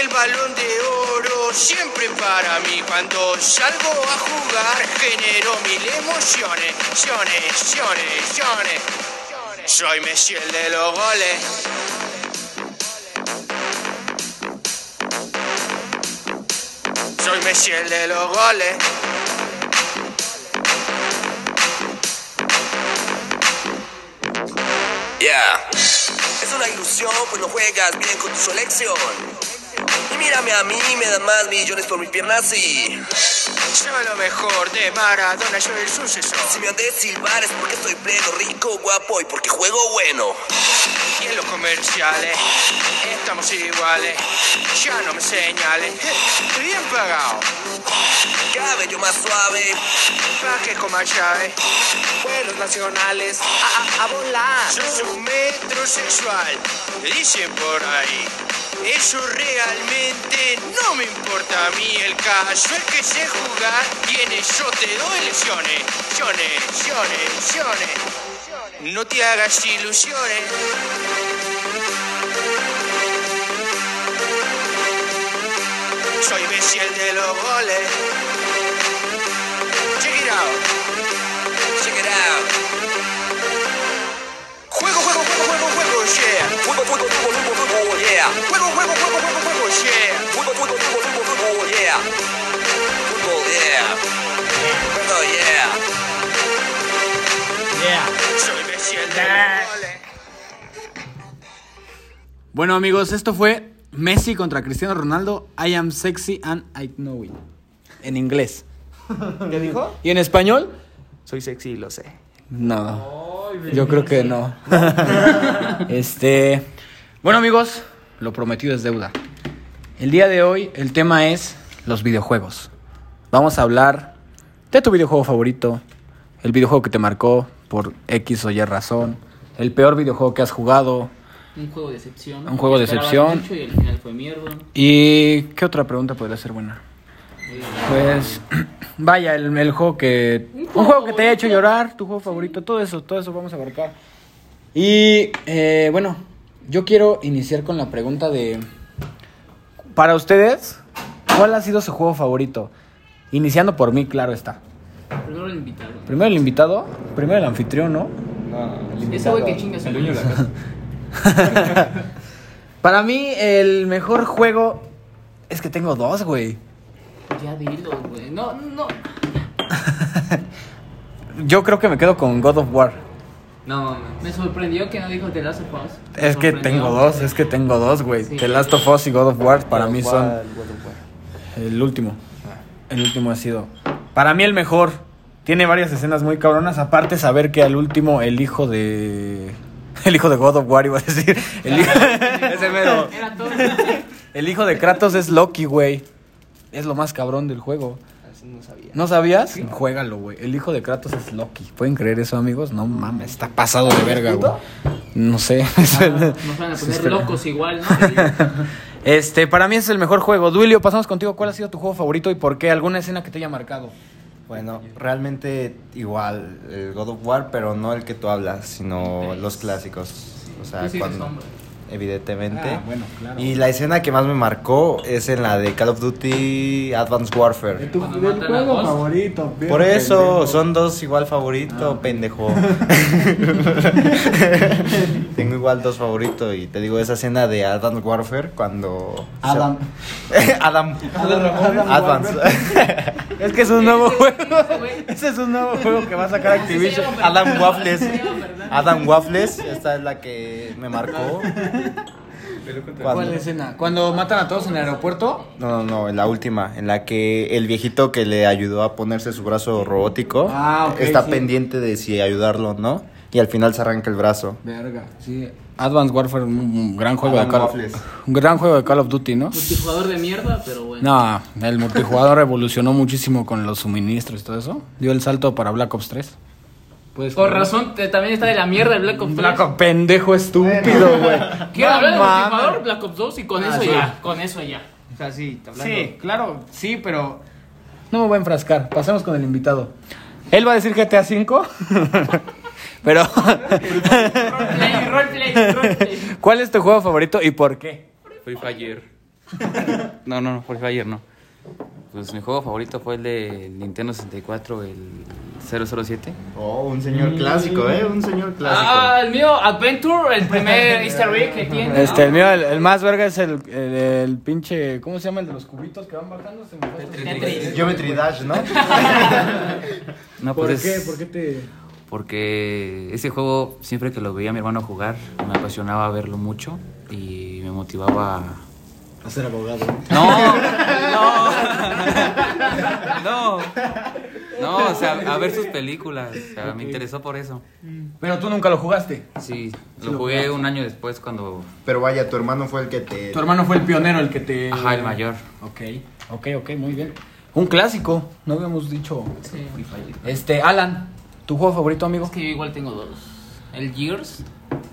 J: el balón de oro siempre para mí. Cuando salgo a jugar genero mil emociones, emociones, emociones, emociones. Soy Messi el de los goles. Soy Messi el de los goles.
I: Yeah. Es una ilusión, pues no juegas bien con tu selección. Y mírame a mí, me dan más millones por mi pierna así.
J: Lleva lo mejor de Maradona, yo el sucesor.
I: Si me han de silbar es porque estoy pleno, rico, guapo y porque juego bueno.
J: Y en los comerciales estamos iguales. Ya no me señales. Bien pagado,
I: Cabello más suave,
J: pa' que coma llave.
H: eh. Vuelos nacionales a, a- a volar.
J: Sos un metrosexual, dicen por ahí. Eso realmente no me importa a mí. El caso es que sé jugar. Tienes, yo te doy lecciones. Lecciones, lecciones, lecciones. No te hagas ilusiones. Soy Messi el de los goles. Check it out.
I: check it out.
J: Juego, juego, juego, juego, juego, yeah.
I: Fútbol, fútbol, fútbol, fútbol, fútbol, yeah.
J: Juego, juego, juego, juego, juego, yeah.
I: Fútbol, fútbol, fútbol, fútbol, fútbol, yeah. Fútbol, yeah. Fútbol, yeah.
J: Soy Messi el de los goles.
A: Bueno, amigos, esto fue Messi contra Cristiano Ronaldo. I am sexy and I know it. En inglés.
F: ¿Qué dijo?
A: ¿Y en español?
F: Soy sexy y lo sé.
A: No. Yo creo que no. este. Bueno, amigos, lo prometido es deuda. El día de hoy el tema es los videojuegos. Vamos a hablar de tu videojuego favorito, el videojuego que te marcó por X o Y razón, el peor videojuego que has jugado.
D: Un juego de excepción.
A: Un juego de
D: Esperabas
A: excepción.
D: mucho Y el final fue mierda.
A: ¿Y qué otra pregunta podría ser buena? Pues, vaya, el, el juego que. Un juego, que te haya hecho llorar, tu juego favorito, todo eso, todo eso vamos a abarcar. Y, eh, bueno, yo quiero iniciar con la pregunta de. Para ustedes, ¿cuál ha sido su juego favorito? Iniciando por mí, claro está.
D: Primero el invitado.
A: Primero el invitado, primero el anfitrión, ¿no?
D: Ese güey que chinga su dueño de la casa.
A: Para mí, el mejor juego. Es que tengo dos, güey.
D: Ya dilo, güey. No, no.
A: Yo creo que me quedo con God of War.
D: No, me sorprendió que no dijo The Last of Us. Me
A: Es que
D: sorprendió.
A: tengo dos, es que tengo dos, güey.
D: Sí.
A: The Last of Us y God of War para mí son
F: ¿Cuál? Bueno, bueno.
A: el último. El último ha sido. Para mí el mejor. Tiene varias escenas muy cabronas. Aparte saber que al último el hijo de. El hijo de God of War iba a decir. El hijo, Ese mero.
D: Era todo.
A: El hijo de Kratos es Loki, güey. Es lo más cabrón del juego.
F: Así no sabía.
A: ¿No sabías? Juégalo, güey. El hijo de Kratos es Loki. ¿Pueden creer eso, amigos? No mames, está pasado de verga, güey. No sé.
D: Nos van a poner locos igual, ¿no?
A: Este, para mí es el mejor juego. Duilio, pasamos contigo. ¿Cuál ha sido tu juego favorito y por qué? ¿Alguna escena que te haya marcado?
B: Bueno, realmente igual el God of War, pero no el que tú hablas, sino los clásicos. O sea,
D: Tú Pues sí eres
B: cuando-
D: hombre.
B: evidentemente.
A: Ah, bueno, claro.
B: Y la escena que más me marcó es en la de Call of Duty Advanced Warfare.
C: Tu
D: Cuando matan a
C: juego
D: Ghost.
C: favorito. bien
B: Por eso
C: pendejo.
B: son dos igual favorito, pendejo. Tengo igual dos favoritos y te digo esa escena de Advanced Warfare cuando
C: Adam.
B: Adam
C: Adam
B: Advanced.
A: Es que es un nuevo juego.
D: Ese güey.
A: Ese es un nuevo juego que va a sacar Activision.
D: Ese era
B: Adam
D: verdad,
B: Waffles.
D: ese era verdad.
B: Adam Waffles, esta es la que me marcó.
A: ¿Cuál
B: Cuando-
A: escena? ¿Cuando matan a todos en el aeropuerto?
B: No, no, no, en la última, en la que el viejito que le ayudó a ponerse su brazo robótico
A: Ah, ok,
B: está
A: sí.
B: pendiente de si ayudarlo o no, y al final se arranca el brazo.
A: Verga, sí. Advanced Warfare, un, un gran juego
B: Adam
A: de Call
B: Waffles.
A: Un gran juego de Call of Duty, ¿no?
D: Multijugador de mierda, pero bueno.
A: No, el multijugador evolucionó muchísimo con los suministros y todo eso. Dio el salto para Black Ops 3. Puedes
D: Por razón, te- también está de la mierda el Black Ops 3.
A: Black Ops, pendejo estúpido, güey.
D: Quiero hablar del
A: No mames. Ah,
D: multijugador Black Ops 2 y con eso ya. Con eso ya.
F: O sea, sí, hablando.
A: Sí, claro, sí, pero no me voy a enfrascar. Pasemos con el invitado. Él va a decir GTA V, pero
D: Roleplay, roleplay, roleplay.
A: ¿cuál es tu juego favorito y por qué?
G: Free Fire. No, no, no, Free Fire no. Pues mi juego favorito fue el de Nintendo 64, el 007.
B: Oh, un señor clásico, ¿eh? Un señor
D: Ah, el mío, Adventure, el primer Easter egg que tiene. ¿no?
A: Este, el mío, el, el más verga es el, el, el pinche, ¿cómo se llama? El de los cubitos que van bajando. Se me fue.
D: Tetris.
B: Geometry Dash, ¿no?
G: No,
A: ¿Por
G: pues
A: qué?
G: es-
A: ¿Por qué te...?
G: Porque ese juego, siempre que lo veía a mi hermano jugar, me apasionaba verlo mucho y me motivaba a
C: A ser abogado.
G: No, no. No. No, o sea, a ver sus películas. O sea, me interesó por eso.
A: Pero tú nunca lo jugaste.
G: Sí,
A: Sí lo
G: lo jugué
A: jugaste.
G: un año después cuando.
B: Pero vaya, tu hermano fue el que te.
A: Tu hermano fue el pionero, el que te.
G: Ajá, el mayor.
A: Ok, ok, ok, muy bien. Un clásico, no habíamos dicho. Este, Alan, ¿tu juego favorito, amigo?
D: Es que yo igual tengo dos. El Gears,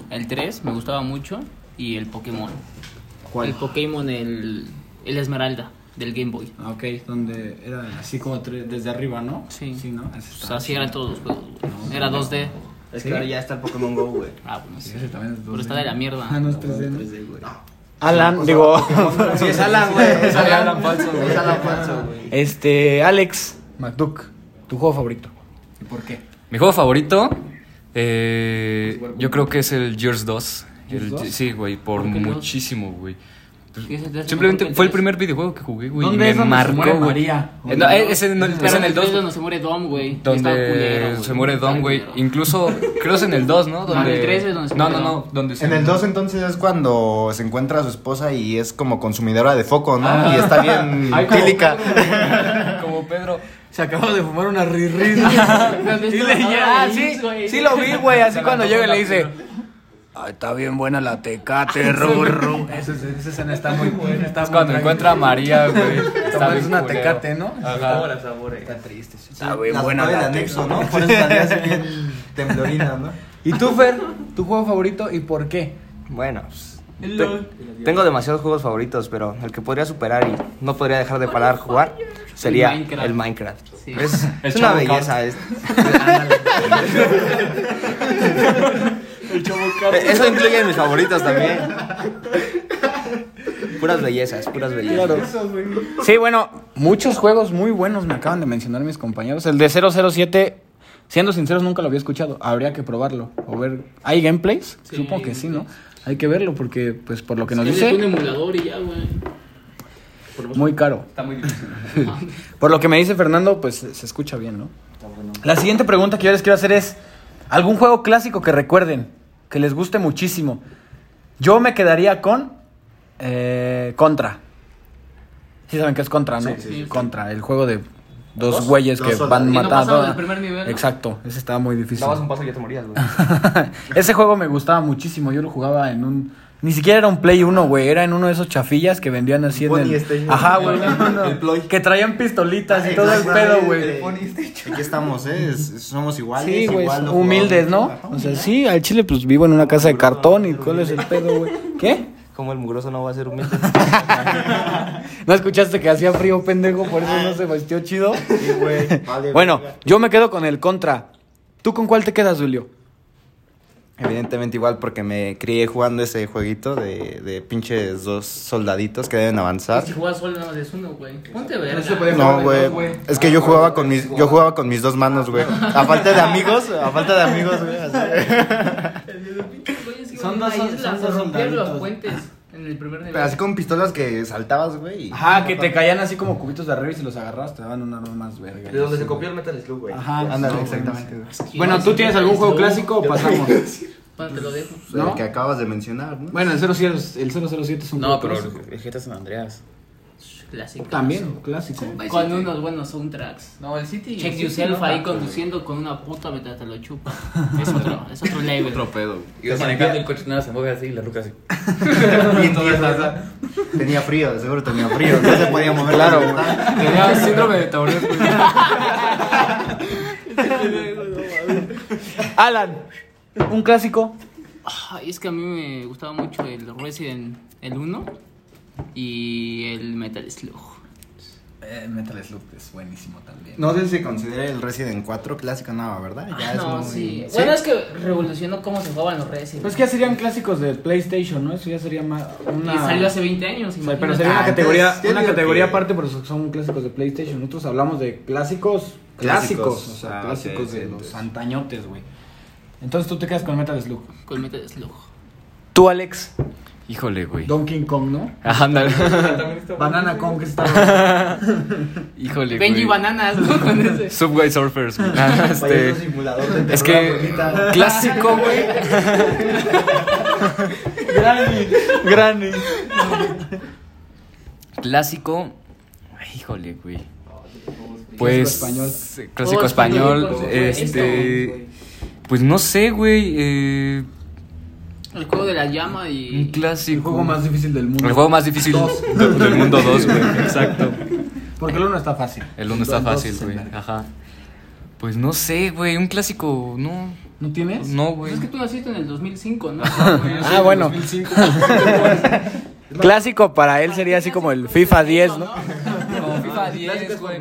D: el 3, me gustaba mucho. Y el Pokémon.
C: ¿Cuál?
D: El Pokémon, el, el Esmeralda, del Game Boy.
C: Ah, Ok, donde era así como tres- desde arriba, ¿no? Sí. Sí, ¿no? Ese
A: Pues
D: O
C: está
D: sea, así eran
C: chido.
D: todos los juegos. güey. Era 2D.
F: Es que ahora ya está el Pokémon Go, güey.
D: Ah, bueno, sí.
C: Ese también es
D: Pero
C: 2D.
D: está de la mierda.
C: Ah, no es 3D. ¿no?
A: Alan, digo.
F: Sí, es Alan, güey. Es Alan.
A: Alan falso, güey.
F: Es Alan falso, güey.
A: Este, Alex McDuck, ¿tu juego favorito? ¿Y por qué?
E: Mi juego favorito, eh, yo creo que es el Gears 2.
A: ¿Gears
E: El-
A: 2?
E: sí, güey, por
D: ¿Por qué no?
E: muchísimo, güey.
D: ¿Qué es el tres mejor que
E: Simplemente
D: el
E: fue el
D: tres?
E: primer videojuego que jugué, güey.
A: ¿Dónde
E: y me
A: es donde se
E: marcó,
A: muere
E: güey.
A: María?
E: Eh, no, eh, ese no-
D: Pero
E: es en el 2.
D: donde se muere Dom, güey. Estaba culero,
E: Donde
D: güey.
E: se muere Dom, güey.
D: Estaba culero.
E: Incluso, creo es en el 2, ¿no?
D: No, en el tres es donde se
E: No,
D: muere
E: no, no.
D: Dom.
E: Donde se-
B: En el 2 entonces es cuando se encuentra a su esposa y es como consumidora de foco, ¿no? y está bien
A: Ah. Ay, como-
B: tílica.
E: Como Pedro.
A: Se acaba de fumar una rirris.
D: Cuando
A: Y
D: esto-
A: le llega-
D: Ah,
A: ah, sí,
D: sí, güey.
A: sí lo vi, güey. Así cuando llega y le dice. "Ah, está bien buena la tecate, rurru. Esa, esa escena está muy buena. Está
E: Es cuando encuentra a María, güey. Está
A: Está es
E: bien
A: una
E: culero.
A: tecate, ¿no?
E: Ajá.
F: Está triste.
A: Está bien buena
B: del
A: la
B: anexo,
A: tecate.
B: ¿no? Por eso salía así bien temblorina, ¿no?
A: ¿Y tú, Fer? ¿Tu juego favorito y por qué?
F: Bueno, pues, te- tengo demasiados juegos favoritos, pero el que podría superar y no podría dejar de parar jugar sería el Minecraft.
D: Minecraft. Sí.
F: Es,
E: El
F: es una
E: Chavo
F: belleza. Es, Eh, Eso incluye en mis favoritos también. Puras bellezas, puras bellezas.
A: Sí, bueno, muchos juegos muy buenos me acaban de mencionar mis compañeros. El de 007, siendo sinceros, nunca lo había escuchado. Habría que probarlo o ver. ¿Hay gameplays?
D: Sí,
A: Supongo
D: hay
A: que sí, ¿no? Hay que verlo porque, pues, por lo que nos
D: Es que le pone
A: dice,
D: un emulador y ya, güey.
A: muy caro.
E: Está muy difícil.
A: Por lo que me dice Fernando, pues, se se escucha bien, ¿no? La siguiente pregunta que yo les quiero hacer es, ¿algún juego clásico que recuerden, que les guste muchísimo? Yo me quedaría con eh, Contra. Sí saben que es Contra, ¿no? Contra, el juego de dos, güeyes que van
D: Que no
A: matando.
D: pasaban el primer nivel, ¿no?
A: Exacto, ese estaba muy difícil.
F: Dabas un paso y ya te morías, güey.
A: ese juego me gustaba muchísimo, yo lo jugaba en un... Ni siquiera era un Play 1, güey, era en uno de esos chafillas que vendían así en
B: Pony
A: el...
B: Station.
A: Ajá, güey, no, no.
B: El Ploy.
A: que traían pistolitas y todo el pedo, güey.
B: Aquí estamos, ¿eh? Es- somos iguales.
A: Sí, güey,
B: igual lo jugamos.
A: humildes, ¿no? O sea, sí, al chile pues vivo en una casa de cartón y cuál es el pedo, güey. ¿Qué?
F: Como el mugroso no va a ser humilde.
A: ¿No escuchaste que hacía frío, pendejo? Por eso
B: Ah.
A: no se vistió chido.
B: Sí, güey. Vale,
A: Bueno,
B: verga.
A: yo me quedo con el contra. ¿Tú con cuál te quedas, Julio?
B: Evidentemente igual porque me crié jugando ese jueguito de, de pinches dos soldaditos que deben
E: ¿Ah?
B: avanzar.
D: Si juegas solo nada más es uno, güey. Ponte verga.
B: No, güey. Es que yo jugaba con mis yo jugaba con mis dos manos, güey. A falta de amigos, a falta de amigos, güey. así.
D: Son dos islas, se rompieron los puentes en el primer nivel.
B: Pero así con pistolas que saltabas, güey. y-
A: Ajá, que te caían así como cubitos de arriba y si los agarrabas te daban una arma más verga.
F: De donde se copió el Metal Slug, güey.
A: Ajá,
B: Ándale, exactamente. güey.
A: Bueno, ¿tú tienes algún juego clásico o pasamos?
D: Pa, te lo dejo.
A: ¿No?
B: El que acabas de mencionar, ¿no?
A: Bueno, el 007, es- el 007 es un
G: No,
A: juego
G: pero
A: clásico.
G: el GTA San Andreas.
D: Clásico. Pues
A: También, clásico.
D: Con unos buenos soundtracks.
E: No, el City.
D: Check yourself ahí conduciendo con una puta mientras te lo chupa. Es otro, es otro level.
E: Otro pedo.
G: Y yo manejando el coche, nada, se mueve así y la ruca así.
B: Bien tierna. Tenía frío, de seguro tenía frío. No se podía mover. Claro,
E: Tenía síndrome de Tourette, güey.
A: Alan, ¿un clásico?
D: Ay, es que a mí me gustaba mucho el Resident el 1 y el Metal Slug.
A: Metal Slug es buenísimo también.
B: No sé si considera el Resident 4 clásico, no, ¿verdad? Ya es
D: Ah, no,
B: muy-
D: sí. Bueno, es que revolucionó cómo se jugaban los Resident.
A: Pues que ya serían clásicos de PlayStation, ¿no? Eso ya sería más una...
D: Y salió hace 20 años,
A: O sea,
D: imagínate.
A: pero sería una
B: Ah, entonces,
A: categoría,
B: yo
A: una
B: digo
A: categoría
B: que-
A: aparte porque son clásicos de PlayStation. Nosotros hablamos de clásicos clásicos,
B: Clásicos.
A: o sea,
B: Ah,
A: clásicos
B: ok,
A: de
B: sí,
A: los
B: entonces.
A: antañotes, güey. Entonces tú te quedas con Metal Slug.
D: Con Metal Slug.
A: Tú, Alex.
E: Híjole, güey.
A: Donkey Kong, ¿no?
E: Ajá, ándale.
A: Banana Kong que está.
E: Híjole, güey.
D: Benji Bananas, ¿no? Con ese.
E: Subway Surfers, güey. Ah, este, es que clásico, güey.
A: Granny. Granny.
E: Clásico. Ay, híjole, güey.
A: Clásico
E: Pues
A: español.
E: eh, clásico
D: Oh,
E: español,
D: español, por supuesto,
E: este pues no sé, güey, eh,
D: El juego de la llama
E: un
D: y.
E: clásico.
A: El juego más difícil del mundo.
E: El juego más difícil de- del mundo 2, güey. Exacto.
A: Porque el uno está fácil.
E: El uno está
A: El dos
E: fácil,
A: se
E: güey.
A: enverga.
E: Ajá. Pues no sé, güey, un clásico, no.
A: ¿No tienes?
E: No,
D: Pues
E: güey.
D: es que tú naciste en el 2005, ¿no?
A: Ah, bueno. Clásico para él sería así como el FIFA 10, ¿no?
E: Como FIFA 10, güey.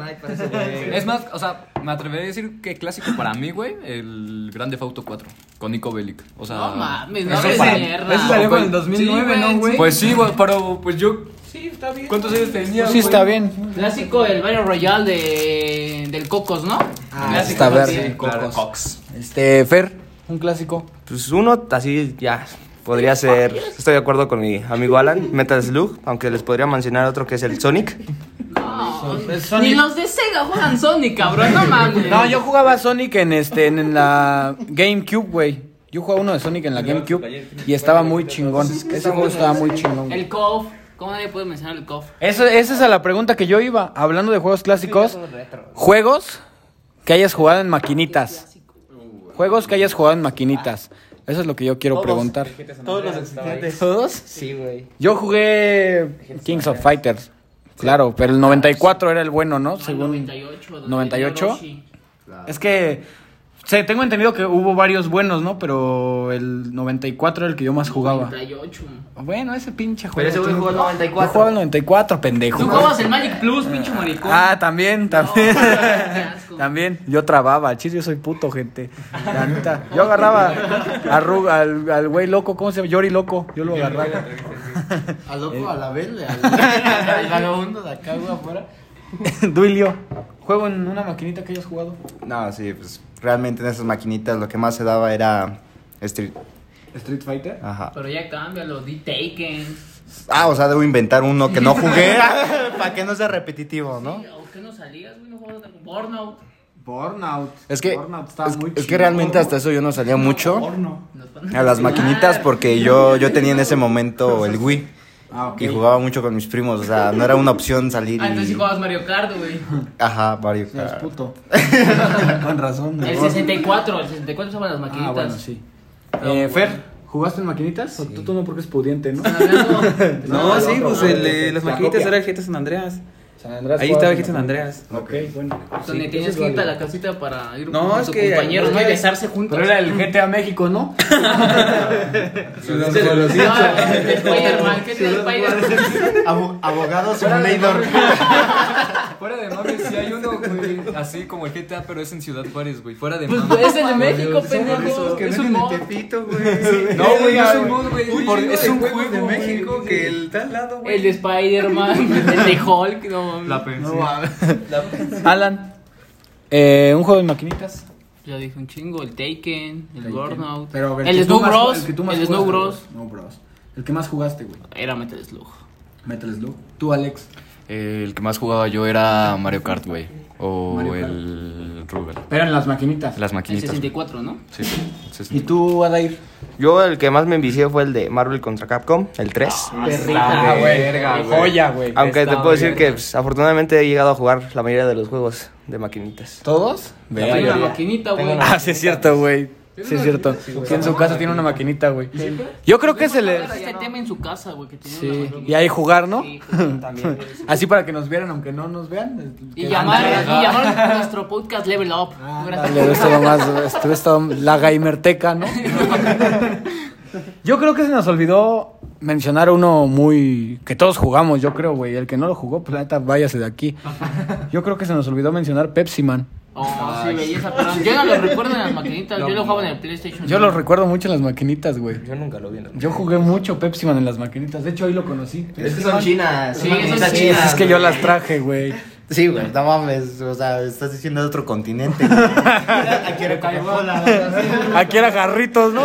E: Es más, o sea, me atrevería a decir que clásico para mí, güey, el Grande Auto 4 con Nico Bellic. O sea,
D: No mames, no
E: eso
D: hables
E: para-
D: mierda.
A: Ese salió
E: güey.
A: con el 2009,
D: Sí, güey,
A: ¿no, güey?
E: Pues sí, güey, pero pues yo
D: Sí, está bien.
E: ¿cuántos años
B: Pues
E: tenía?
A: sí,
E: güey?
A: está bien.
D: Clásico el Battle Royale de, del Cocos, ¿no?
A: Ah, está
D: Clásico también.
A: verde.
E: Claro,
A: Cocos.
E: Cox.
A: Este, Fer, un clásico.
F: Pues uno así ya podría ser. Estoy de acuerdo con mi amigo Alan, Metal Slug, aunque les podría mencionar otro que es el Sonic.
D: No,
A: Sonic.
D: Ni los de Sega juegan Sonic, cabrón, no mames.
A: No, yo jugaba Sonic en este en la GameCube, güey. Yo jugaba uno de Sonic en la GameCube y estaba muy chingón. Ese juego estaba muy chingón. güey.
D: El KOF. ¿Cómo nadie puede mencionar el KOF?
A: Eso, esa es a la pregunta que yo iba. Hablando de juegos clásicos, juegos que hayas jugado en maquinitas.
F: Uh,
A: Juegos que hayas jugado en maquinitas. Eso es lo que yo quiero preguntar.
F: Todos los existentes.
A: ¿Todos?
F: Sí, güey.
A: Yo jugué Kings of Fighters. Claro, pero el 94 era el bueno,
F: Ah,
A: ¿no? Según
D: 98. donde
A: 98?
D: Yoshi.
A: Es que se tengo entendido que hubo varios buenos, ¿no? Pero el 94 era el que yo más jugaba.
D: 98.
A: Bueno, ese pinche juego.
F: Pero ese güey
A: tiene-
F: jugó el
A: Yo jugaba el
F: 94.
A: 94, pendejo.
D: Tú jugabas el Magic Plus, pinche maricón.
A: Ah, también, también.
D: qué asco.
A: también. Yo trababa, chis, yo soy puto, gente. La neta. Yo agarraba a Ru- al, al güey loco, ¿cómo se llama? Yori loco. Yo lo agarraba.
C: Al loco, a la verde, al, al vagabundo de acá, güey, afuera.
A: Duilio. Juego en una maquinita que hayas jugado.
B: No, sí, pues realmente en esas maquinitas lo que más se daba era Street.
A: Street Fighter.
B: Ajá.
D: Pero ya cámbialo, di Taken.
B: Ah, o sea, debo inventar uno que no jugué para que no sea repetitivo, ¿no?
D: ¿O qué no salías, güey? No jugabas de Burnout.
C: Burnout.
B: Es que,
C: Burnout estaba
B: es,
C: muy
B: es que
C: chingón,
B: realmente
C: ¿no?
B: hasta eso yo no salía mucho
C: Porno.
B: a las maquinitas
D: Ah,
B: porque yo, yo tenía en ese momento el Wii
C: Ah, ok.
B: y jugaba mucho con mis primos, o sea, no era una opción salir
D: Ah, entonces sí
B: y...
D: jugabas Mario Kart, güey.
B: Ajá, varios.
A: Eres
B: claro.
A: puto. Con razón.
D: El
A: mejor.
D: 64, el 64 usaban las maquinitas.
A: Ah, bueno, sí. Eh, Fer, ¿jugaste en maquinitas? O Tú, tú no porque es pudiente, ¿no?
D: Hablando-
F: No, sí, pues el de las
A: La
F: maquinitas
A: copia.
F: era el GTA San Andreas.
A: San Andrés
F: Ahí estaba el
A: jugabas
F: GTA San
A: en
F: Andreas.
A: maquinitas. Ok, bueno.
D: Donde
A: Sí,
D: tenías
A: eso
D: que
A: es
D: irte a la
A: válido.
D: casita para ir
F: No,
D: con
F: es
D: tu
F: que-
D: compañero,
F: no,
D: ¿no? Y
F: es-
D: besarse juntos.
A: Pero era el GTA México, ¿no?
D: Ah, el de Spider-Man, ¿qué tal Spider-Man?
B: Abo- Abogados Simulator.
E: Fuera de mames, sí hay uno, güey, así como el GTA, pero es en Ciudad Juárez, güey, fuera de
D: Pues,
E: mames.
D: es el de México, pendejo.
F: Que
D: Es un
F: venden en
D: mod.
F: Tepito, güey.
E: No, güey, es un mod, güey. por- Es un juego
F: de
E: güey.
F: México que el tal lado, güey.
D: El de Spider-Man, el de Hulk, no.
E: La pensé.
A: Alan, eh, un juego de maquinitas.
D: Ya dije un chingo, el Taken, el Burnout,
A: Pero, a ver,
D: el
A: que tú
D: Snow
A: más-
D: Bros,
A: que tú más
D: el Snow
A: jugaste,
D: Bros,
A: güey. No, Bros. El que más jugaste, güey.
D: era Metal Slug.
A: Metal Slug. Tú, Alex.
E: Eh, el que más jugaba yo era Mario Kart, güey. O
A: Mario Kart.
E: el Rubel.
D: Ah,
A: Pero en las maquinitas.
E: Las
D: El
E: maquinitas.
D: 64, ¿no?
E: Sí, sí, sí, sí.
A: ¿Y tú, Adair?
F: Yo el que más me envicié fue el de Marvel contra Capcom, el 3.
D: Ah, Perrita,
A: Ah, Joya, güey.
F: Aunque te puedo decir
D: eh.
F: que pues, afortunadamente he llegado a jugar la mayoría de los juegos de maquinitas.
A: ¿Todos?
D: Tengo una maquinita, güey.
A: Ah, sí es cierto, güey. Sí es cierto. Sí, en su casa tiene una maquinita, güey. Yo creo que se le...
D: Este tema en su casa, güey, que tiene una
A: Sí.
D: maquinita.
A: Y ahí jugar, ¿no?
D: Sí, jugar
A: Así para que nos vieran, aunque no nos vean.
D: Y llamar, y llamar a nuestro podcast Level Up. Gracias.
A: Le hubiera estado más, estuve estado la gamerteca, ¿no? Yo creo que se nos olvidó mencionar uno muy que todos jugamos, yo creo, güey. El que no lo jugó, pues la neta, váyase de aquí. Yo creo que se nos olvidó mencionar Pepsi Man.
D: Oh, sí, belleza, perdón. Yo no lo recuerdo en las maquinitas, yo lo jugaba en el PlayStation.
A: Yo lo recuerdo mucho en las maquinitas, güey.
F: Yo nunca lo vi en
A: Yo jugué mucho Pepsi Man en las maquinitas. De hecho, ahí lo conocí.
C: Es que son chinas.
D: Sí, esas
C: maquinitas
D: chinas,
A: es que yo las traje, güey.
B: Sí, güey, no mames, o sea, estás diciendo de otro continente. güey. Aquí era Coca-Cola.
A: Aquí era jarritos, ¿no?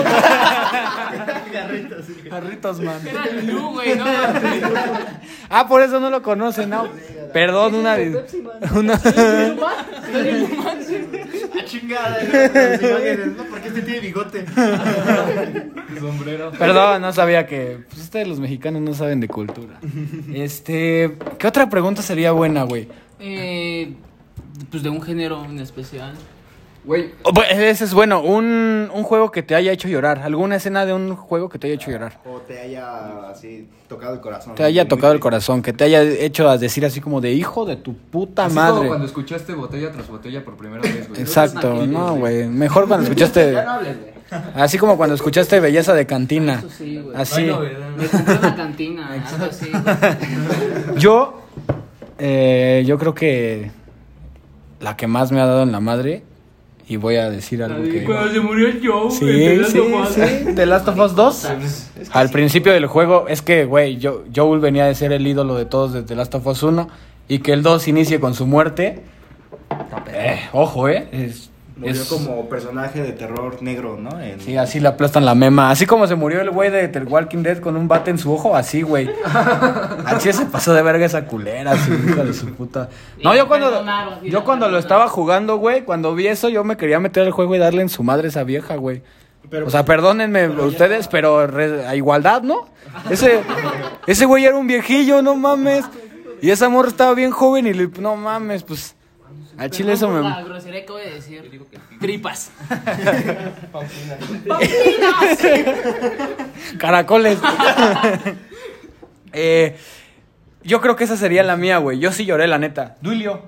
B: Garritos.
A: Jarritos, man.
D: Era Lu, güey, no.
A: Ah, por eso no lo conocen, ¿no? Perdón, una. una...
C: Chingada, las imágenes, ¿no? Porque este tiene bigote.
E: Sombrero.
A: Perdón, no sabía que. Pues ustedes los mexicanos no saben de cultura. Este. ¿Qué otra pregunta sería buena, güey?
D: Eh, pues de un género en especial.
E: Güey,
A: Oh, bu- Ese es bueno, un, un juego que te haya hecho llorar. ¿Alguna escena de un juego que te haya hecho llorar?
B: O te haya así tocado el corazón.
A: Te haya tocado el corazón, que te haya hecho a decir así como de hijo de tu puta
E: así como
A: madre.
E: cuando escuchaste botella tras botella por primera vez, güey.
A: Exacto, no, güey. Mejor cuando escuchaste. Así como cuando escuchaste Belleza de Cantina.
D: Eso sí, güey.
A: Así.
D: Me compré una cantina, algo así, güey.
A: Yo, eh, yo creo que la que más me ha dado en la madre, y voy a decir algo que...
D: Cuando se murió el Joe,
A: Sí,
D: güey,
A: sí, sí, The Last of Us 2. Al principio del juego, es que, güey, yo- Joel venía de ser el ídolo de todos desde The Last of Us 1, y que el 2 inicie con su muerte. eh, ojo, eh. Es,
B: Murió
A: es-
B: como personaje de terror negro, ¿no? En-
A: Sí, así le aplastan la mema. Así como se murió el güey de The Walking Dead con un bate en su ojo, así, güey. Así se pasó de verga esa culera, su hija de su puta. No,
D: Y
A: yo cuando,
D: perdonaron, sí,
A: yo
D: la
A: cuando lo
D: perdonaron.
A: estaba jugando, güey, cuando vi eso, yo me quería meter al juego y darle en su madre a esa vieja, güey. o sea, perdónenme ustedes, pero re- a igualdad, ¿no? Ese, ese güey era un viejillo, no mames. Y esa morra estaba bien joven y le, no mames, pues. A Chile eso me.
D: La grosería que voy a decir. Tripas.
A: Caracoles. Eh, yo creo que esa sería la mía, güey. Yo sí lloré, la neta. Duilio,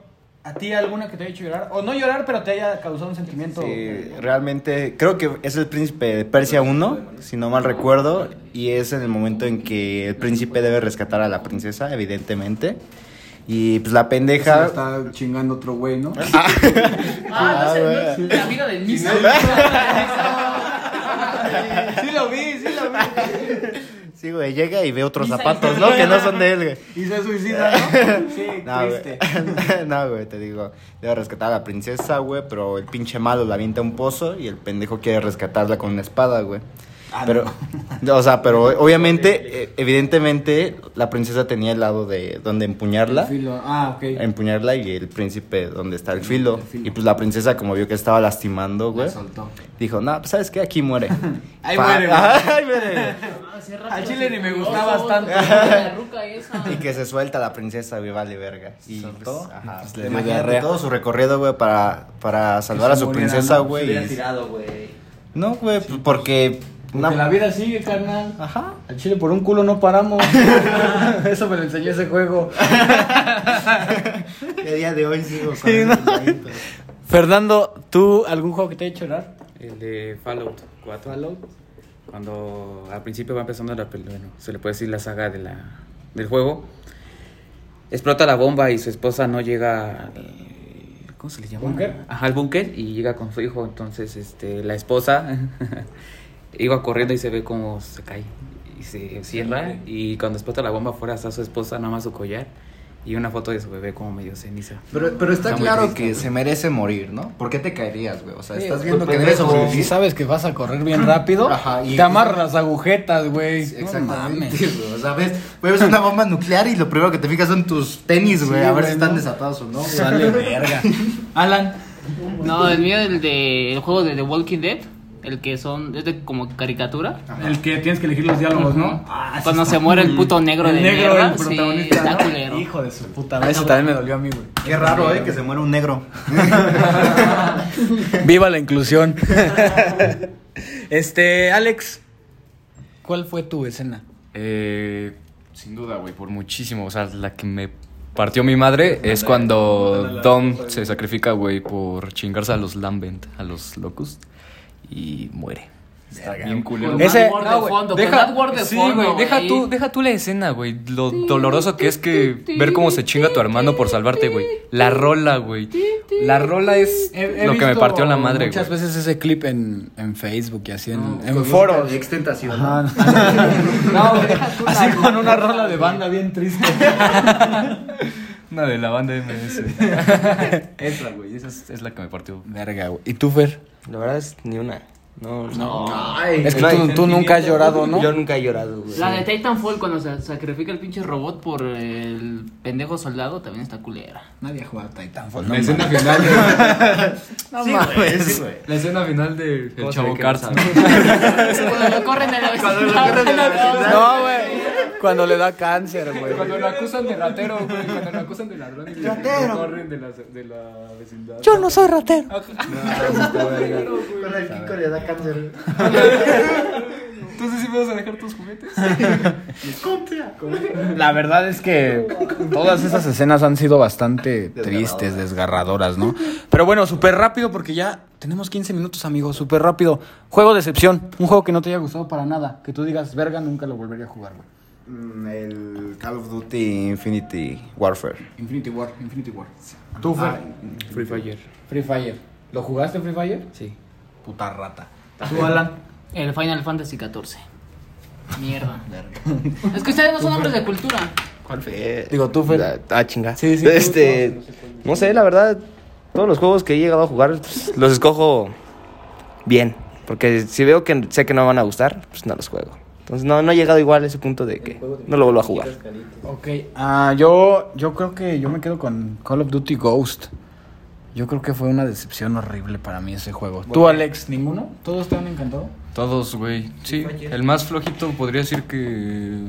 A: ¿a ti alguna que te haya hecho llorar? O no llorar, pero te haya causado un sentimiento.
B: Sí, realmente creo que es el príncipe de Persia 1, si no mal recuerdo, y es en el momento en que el príncipe debe rescatar a la princesa, evidentemente. Y pues la pendeja...
A: está chingando otro güey, ¿no?
D: Ah, no
B: Ah,
D: sé,
B: güey.
D: no sé, el amigo del mismo.
A: Sí lo vi, sí lo
D: Ah,
A: vi.
B: Sí, güey, llega y ve otros
D: Misa-
B: zapatos, ¿no? Que no son de él, güey.
A: Y se suicida, ¿no? Sí,
B: No,
A: triste.
B: güey. No, güey, te digo, debe rescatar a la princesa, güey, pero el pinche malo la avienta a un pozo y el pendejo quiere rescatarla con una espada, güey.
A: Ah,
B: pero, o sea, pero obviamente, eh, evidentemente, la princesa tenía el lado de donde empuñarla.
A: Ah, ok.
B: empuñarla y el príncipe donde está el filo. Y pues la princesa como vio que estaba lastimando, güey, dijo, no, pues sabes qué, aquí muere.
A: Ahí
B: Pa-
A: muere, güey.
B: Ahí muere.
D: Al
A: Al chile
D: Oh,
A: ni me gustaba tanto.
D: La ruca esa.
B: Y que se suelta la princesa, güey, vale verga. Y
A: soltó,
B: pues, ajá,
A: pues, le
B: le
A: dio
B: imagínate
A: diarrea.
B: todo su recorrido, güey, para, para salvar a
A: se
B: su
A: muriera,
B: princesa,
A: ¿no?
B: güey.
A: Se hubiera
B: y- No, güey, pues, porque...
A: Porque
B: no-
A: la vida sigue, carnal.
B: Ajá.
A: Al chile por un culo no paramos. Eso me lo enseñó ese juego.
B: El día de hoy sigo con
A: Sí,
B: el
A: ¿no?
B: pensamiento.
A: Fernando, ¿tú algún juego que te haya hecho llorar?
G: El de Fallout 4. Cuando al principio va empezando la pel- bueno, se le puede decir la saga de la, del juego. Explota la bomba y su esposa no llega al- ¿Cómo se le llama?
A: ¿Búnker?
G: Ajá, al búnker y llega con su hijo. Entonces, este, la esposa iba corriendo y se ve cómo se cae y se cierra. Y cuando explota la bomba afuera está su esposa, nada más su collar y una foto de su bebé como medio ceniza.
B: Pero, pero está,
G: Está muy
B: claro
G: triste,
B: que
G: güey.
B: se merece morir, ¿no? ¿Por qué te caerías, güey? O sea,
A: Sí,
B: estás
A: Pues por
B: viendo que debes
A: pendejo. Si
B: sobrevivir.
A: sabes que vas a correr bien rápido,
B: Ajá, y-
A: te amarras las agujetas, güey.
B: Exactamente,
A: Exactamente.
B: güey. O sea, ves, güey, ves una bomba nuclear y lo primero que te fijas son tus tenis, güey.
A: Sí,
B: a ver
A: güey,
B: si están
A: ¿no?
B: desatados o no. güey.
A: Sale verga. Alan.
D: No, el mío el de el juego de The Walking Dead, el que son es de como caricatura.
A: El que tienes que elegir los diálogos,
D: Ujú.
A: Ah,
D: Cuando se muere el puto negro de mierda,
A: el
D: sí,
A: protagonista.
D: está
A: ¿no?
D: culero.
A: Hijo de su puta madre. Eso también me dolió a mí, güey.
B: Qué raro, eh, que se muera un negro.
A: Viva la inclusión. este, Alex. ¿Cuál fue tu escena?
E: Eh, sin duda, güey, por muchísimo. O sea, la que me partió mi madre es cuando Dom se sacrifica, güey, por chingarse a los Lambent, a los Locust, y muere. Está bien culero.
D: Con
A: Ese-
D: Mad World
E: No,
D: de
E: güey,
D: fondo, con
E: deja,
D: Mad World de
E: sí,
D: fondo,
E: güey, deja
D: güey.
E: tú, deja tú la escena, güey. Lo doloroso que es que ver cómo se chinga tu hermano por salvarte, güey. La rola, güey. La rola es
A: He- he
E: lo que me
A: visto
E: partió la madre,
A: Muchas
E: güey.
A: veces ese clip en, en Facebook y así en, en foros.
B: Extentación.
A: Ajá.
D: No, güey, deja tú la
A: Así con
D: rola,
A: una rola
D: güey.
A: de banda bien triste.
E: Una de la banda MS. Entra, güey. Esa es, es la que me partió.
A: Verga, güey. ¿Y tú, Fer?
F: La verdad es ni una. No,
A: No.
F: no.
A: Ay, Es que tú- tú nunca has llorado, ¿no?
F: Yo nunca he llorado, güey.
D: La de Titanfall cuando se sacrifica el pinche robot por el pendejo soldado también está culera.
A: Nadie ha jugado Titanfall.
E: La escena final de-
D: No
E: Sí,
D: mames.
E: güey, sí, güey. La escena final de El
F: ¿Cómo se
E: Chavo
F: ve que
E: Carza.
D: Cuando lo corren de la vecindad.
A: No, güey. Cuando le da cáncer, güey.
E: Cuando lo acusan de ratero, güey. Cuando lo acusan de ladrón y lo corren de la, de la vecindad.
A: Yo no soy ratero.
C: Con el Kiko le da cáncer.
E: Entonces, ¿sí me vas a dejar tus juguetes?
C: ¡Compra!
A: La verdad es que todas esas escenas han sido bastante tristes, desgarradoras, ¿no? Pero bueno, súper rápido porque ya tenemos 15 minutos, amigos, súper rápido. Juego de excepción, un juego que no te haya gustado para nada, que tú digas, verga, nunca lo volvería a jugar, güey.
B: Mm, El Call of Duty Infinity Warfare.
A: Infinity War, Infinity War. Tú, Fer,
G: Free Fire.
A: Free Fire. ¿Lo jugaste Free Fire?
G: Sí.
A: Puta rata.
C: Tú, Alan.
D: El Final Fantasy XIV. Mierda. Es que ustedes no son hombres de cultura.
F: ¿Cuál fue?
A: Digo, tú, Fer.
F: Ah, chinga.
A: Sí, sí, tú,
F: Este, no sé, la verdad, todos los juegos que he llegado a jugar pues, los escojo bien. Porque si veo que sé que no me van a gustar, pues no los juego. Entonces no, no he llegado igual a ese punto de que no lo vuelvo a jugar.
A: Ok, ah, yo, yo creo que yo me quedo con Call of Duty Ghost. Yo creo que fue una decepción horrible para mí ese juego. ¿Tú, Alex, ninguno? ¿Todos te han encantado?
E: Todos, güey. Sí, el más flojito podría decir que.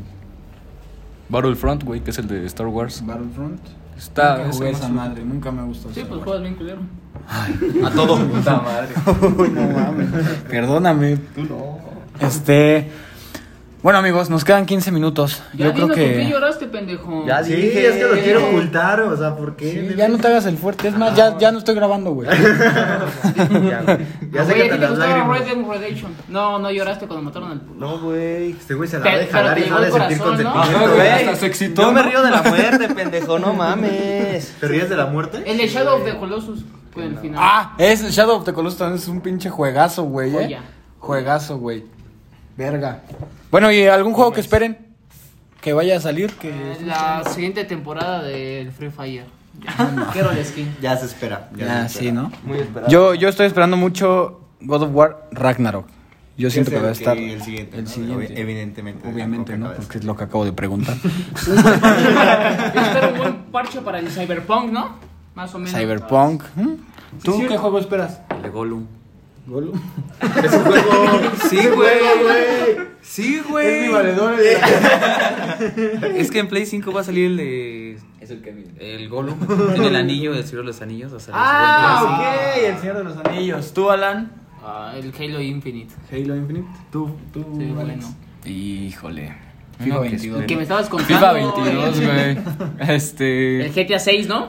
E: Battlefront, güey, que es el de Star Wars.
A: Battlefront.
E: Está.
A: nunca
E: es
A: jugué
E: el
A: esa
E: más-
A: madre, nunca me gustó.
D: Sí,
A: ese
D: pues
A: juego.
D: juegas bien culero.
E: A todo. Puta madre.
A: Uy, no mames. Perdóname. Tú no. Este. Bueno, amigos, nos quedan 15 minutos.
D: Ya
A: Yo creo
D: dinos, ¿por qué
A: que.
D: lloraste, pendejo?
F: Ya
C: Sí,
F: dije.
C: es que lo quiero ocultar, o sea, ¿por qué?
A: Sí, ya no te hagas el fuerte. Es más, ya, ya no estoy grabando, güey.
F: Ya, güey.
C: Ya
D: Güey,
C: sé que te
D: ¿a ti te
C: las
D: gustaba Red
C: lágrimas.
D: Dead Redemption. No, no lloraste cuando mataron al.
F: No, güey.
C: Este güey se la
D: Pero-
C: deja jalar
D: pero te
C: y no ha de
D: llegó el
C: sentir
D: corazón, ¿no?
C: consentimiento.
E: Ajá,
C: güey.
E: güey. hasta se excitó,
F: No me
E: ¿no?
F: río de la muerte, pendejo, no mames.
C: ¿Te ríes de la muerte?
D: El de Shadow of the Colossus. Con el final.
A: Ah, es Shadow of the Colossus también es un pinche juegazo, güey. ¿eh?
D: Joya.
A: Juegazo, güey. Verga. Bueno, ¿y algún juego que esperen? Que vaya a salir, que.
D: Eh, La siguiente temporada del Free Fire.
A: Ah,
D: Quiero el skin.
B: Ya se espera.
A: Ya,
B: Ya, se
A: Ah, sí,
B: espera.
A: ¿no?
F: Muy esperado.
A: Yo, yo estoy esperando mucho God of War Ragnarok. Yo siento que
B: Es
A: va a
B: el
A: estar.
B: que- El siguiente.
A: El
B: ¿no?
A: siguiente.
B: Obvi- Evidentemente.
A: Obviamente, ¿no?
B: Porque
A: Porque es lo que acabo de preguntar.
D: Yo espero un buen parche para el Cyberpunk, ¿no? Más o menos.
A: Cyberpunk. ¿Mm? ¿Tú qué juego esperas?
G: El de Gollum.
C: Es un juego.
G: Sí, güey. Sí, güey. Es que en Play 5 va a salir el de. Es el Kevin. El Gollum. En el anillo, el Señor de los Anillos. O sea, ah,
A: ok, el Señor de los Anillos. ¿Tú, Alan?
D: Ah, el Halo Infinite.
A: Halo Infinite. ¿Tú, tú
D: Sí, bueno.
E: Híjole.
A: FIFA
E: No, que
A: 22.
E: espero.
D: Que me estabas
E: FIFA
D: contando.
E: 22, güey.
D: El
E: Este.
D: GTA 6, ¿no?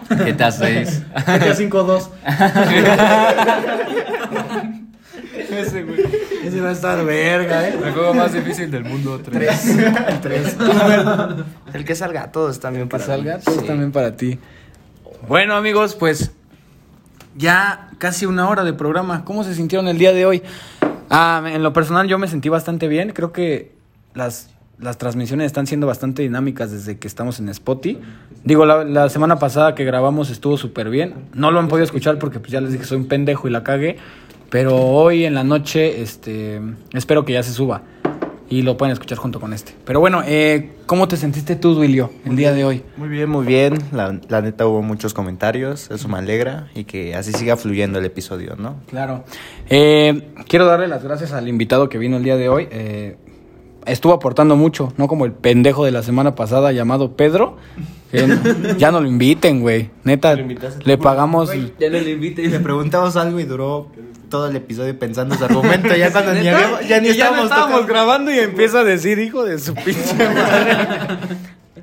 E: GTA 6.
A: GTA 5-2.
E: Ese, güey.
A: Ese va a estar verga, ¿eh?
E: El juego más difícil del mundo. 3.
F: El que salga, todos también
A: Que
F: para mí.
A: salga todo también para ti. Bueno, amigos, pues ya casi una hora de programa. ¿Cómo se sintieron el día de hoy? Ah, en lo personal yo me sentí bastante bien. Creo que las, las transmisiones están siendo bastante dinámicas desde que estamos en Spotify. Digo, la, la semana pasada que grabamos estuvo súper bien. No lo han podido escuchar porque pues, ya les dije soy un pendejo y la cagué. Pero hoy en la noche este, espero que ya se suba. Y lo pueden escuchar junto con este. Pero bueno, eh, ¿cómo te sentiste tú, Duilio, el día de hoy?
B: Muy bien, muy bien. La, la neta hubo muchos comentarios. Eso me alegra. Y que así siga fluyendo el episodio, ¿no?
A: Claro. Eh, quiero darle las gracias al invitado que vino el día de hoy. Eh, estuvo aportando mucho, no como el pendejo de la semana pasada llamado Pedro. que n- ya no lo inviten, güey. Neta, le pagamos.
G: Ya no le invité.
B: Le preguntamos algo y duró todo el episodio pensando ese argumento. Ya cuando ni, habíamos- ya ni
A: Y
B: estábamos, tocando.
A: grabando y empieza a decir, hijo de su pinche madre".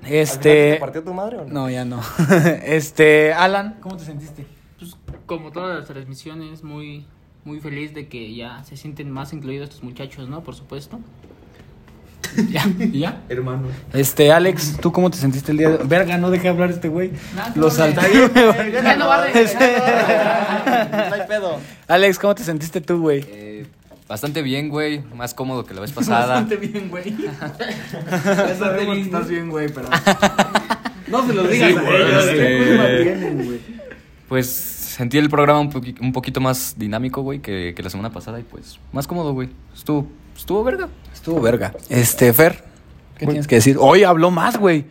F: ¿Te
A: Este.
F: partió tu madre o no?
A: No, ya no. Este, Alan, ¿cómo te sentiste?
D: Pues como todas las transmisiones, muy, muy feliz de que ya se sienten más incluidos estos muchachos, ¿no? Por supuesto. Ya.
A: ¿Y ya?
G: Hermano.
A: Este, Alex, ¿tú cómo te sentiste el día de hoy? Verga, no dejé hablar este güey.
D: Nah, tú
A: Lo
D: no
A: salté.
D: Ya no va a regresar.
A: No hay pedo. Este. Alex, ¿cómo te sentiste tú, güey?
E: Eh, bastante bien, güey. Más cómodo que la vez pasada.
D: bien, güey.
A: Ya sabemos que estás bien, güey, pero.
D: No se los
E: Sí,
D: digas a
E: güey,
D: ellos.
E: este-
D: ¿Qué culpa tienen, güey?
E: Pues sentí el programa un, poqui- un poquito más dinámico, güey, que, que la semana pasada y pues más cómodo, güey. Estuvo, estuvo verga.
A: Estuvo verga. Este, Fer, ¿qué tienes que decir? Hoy habló más, güey.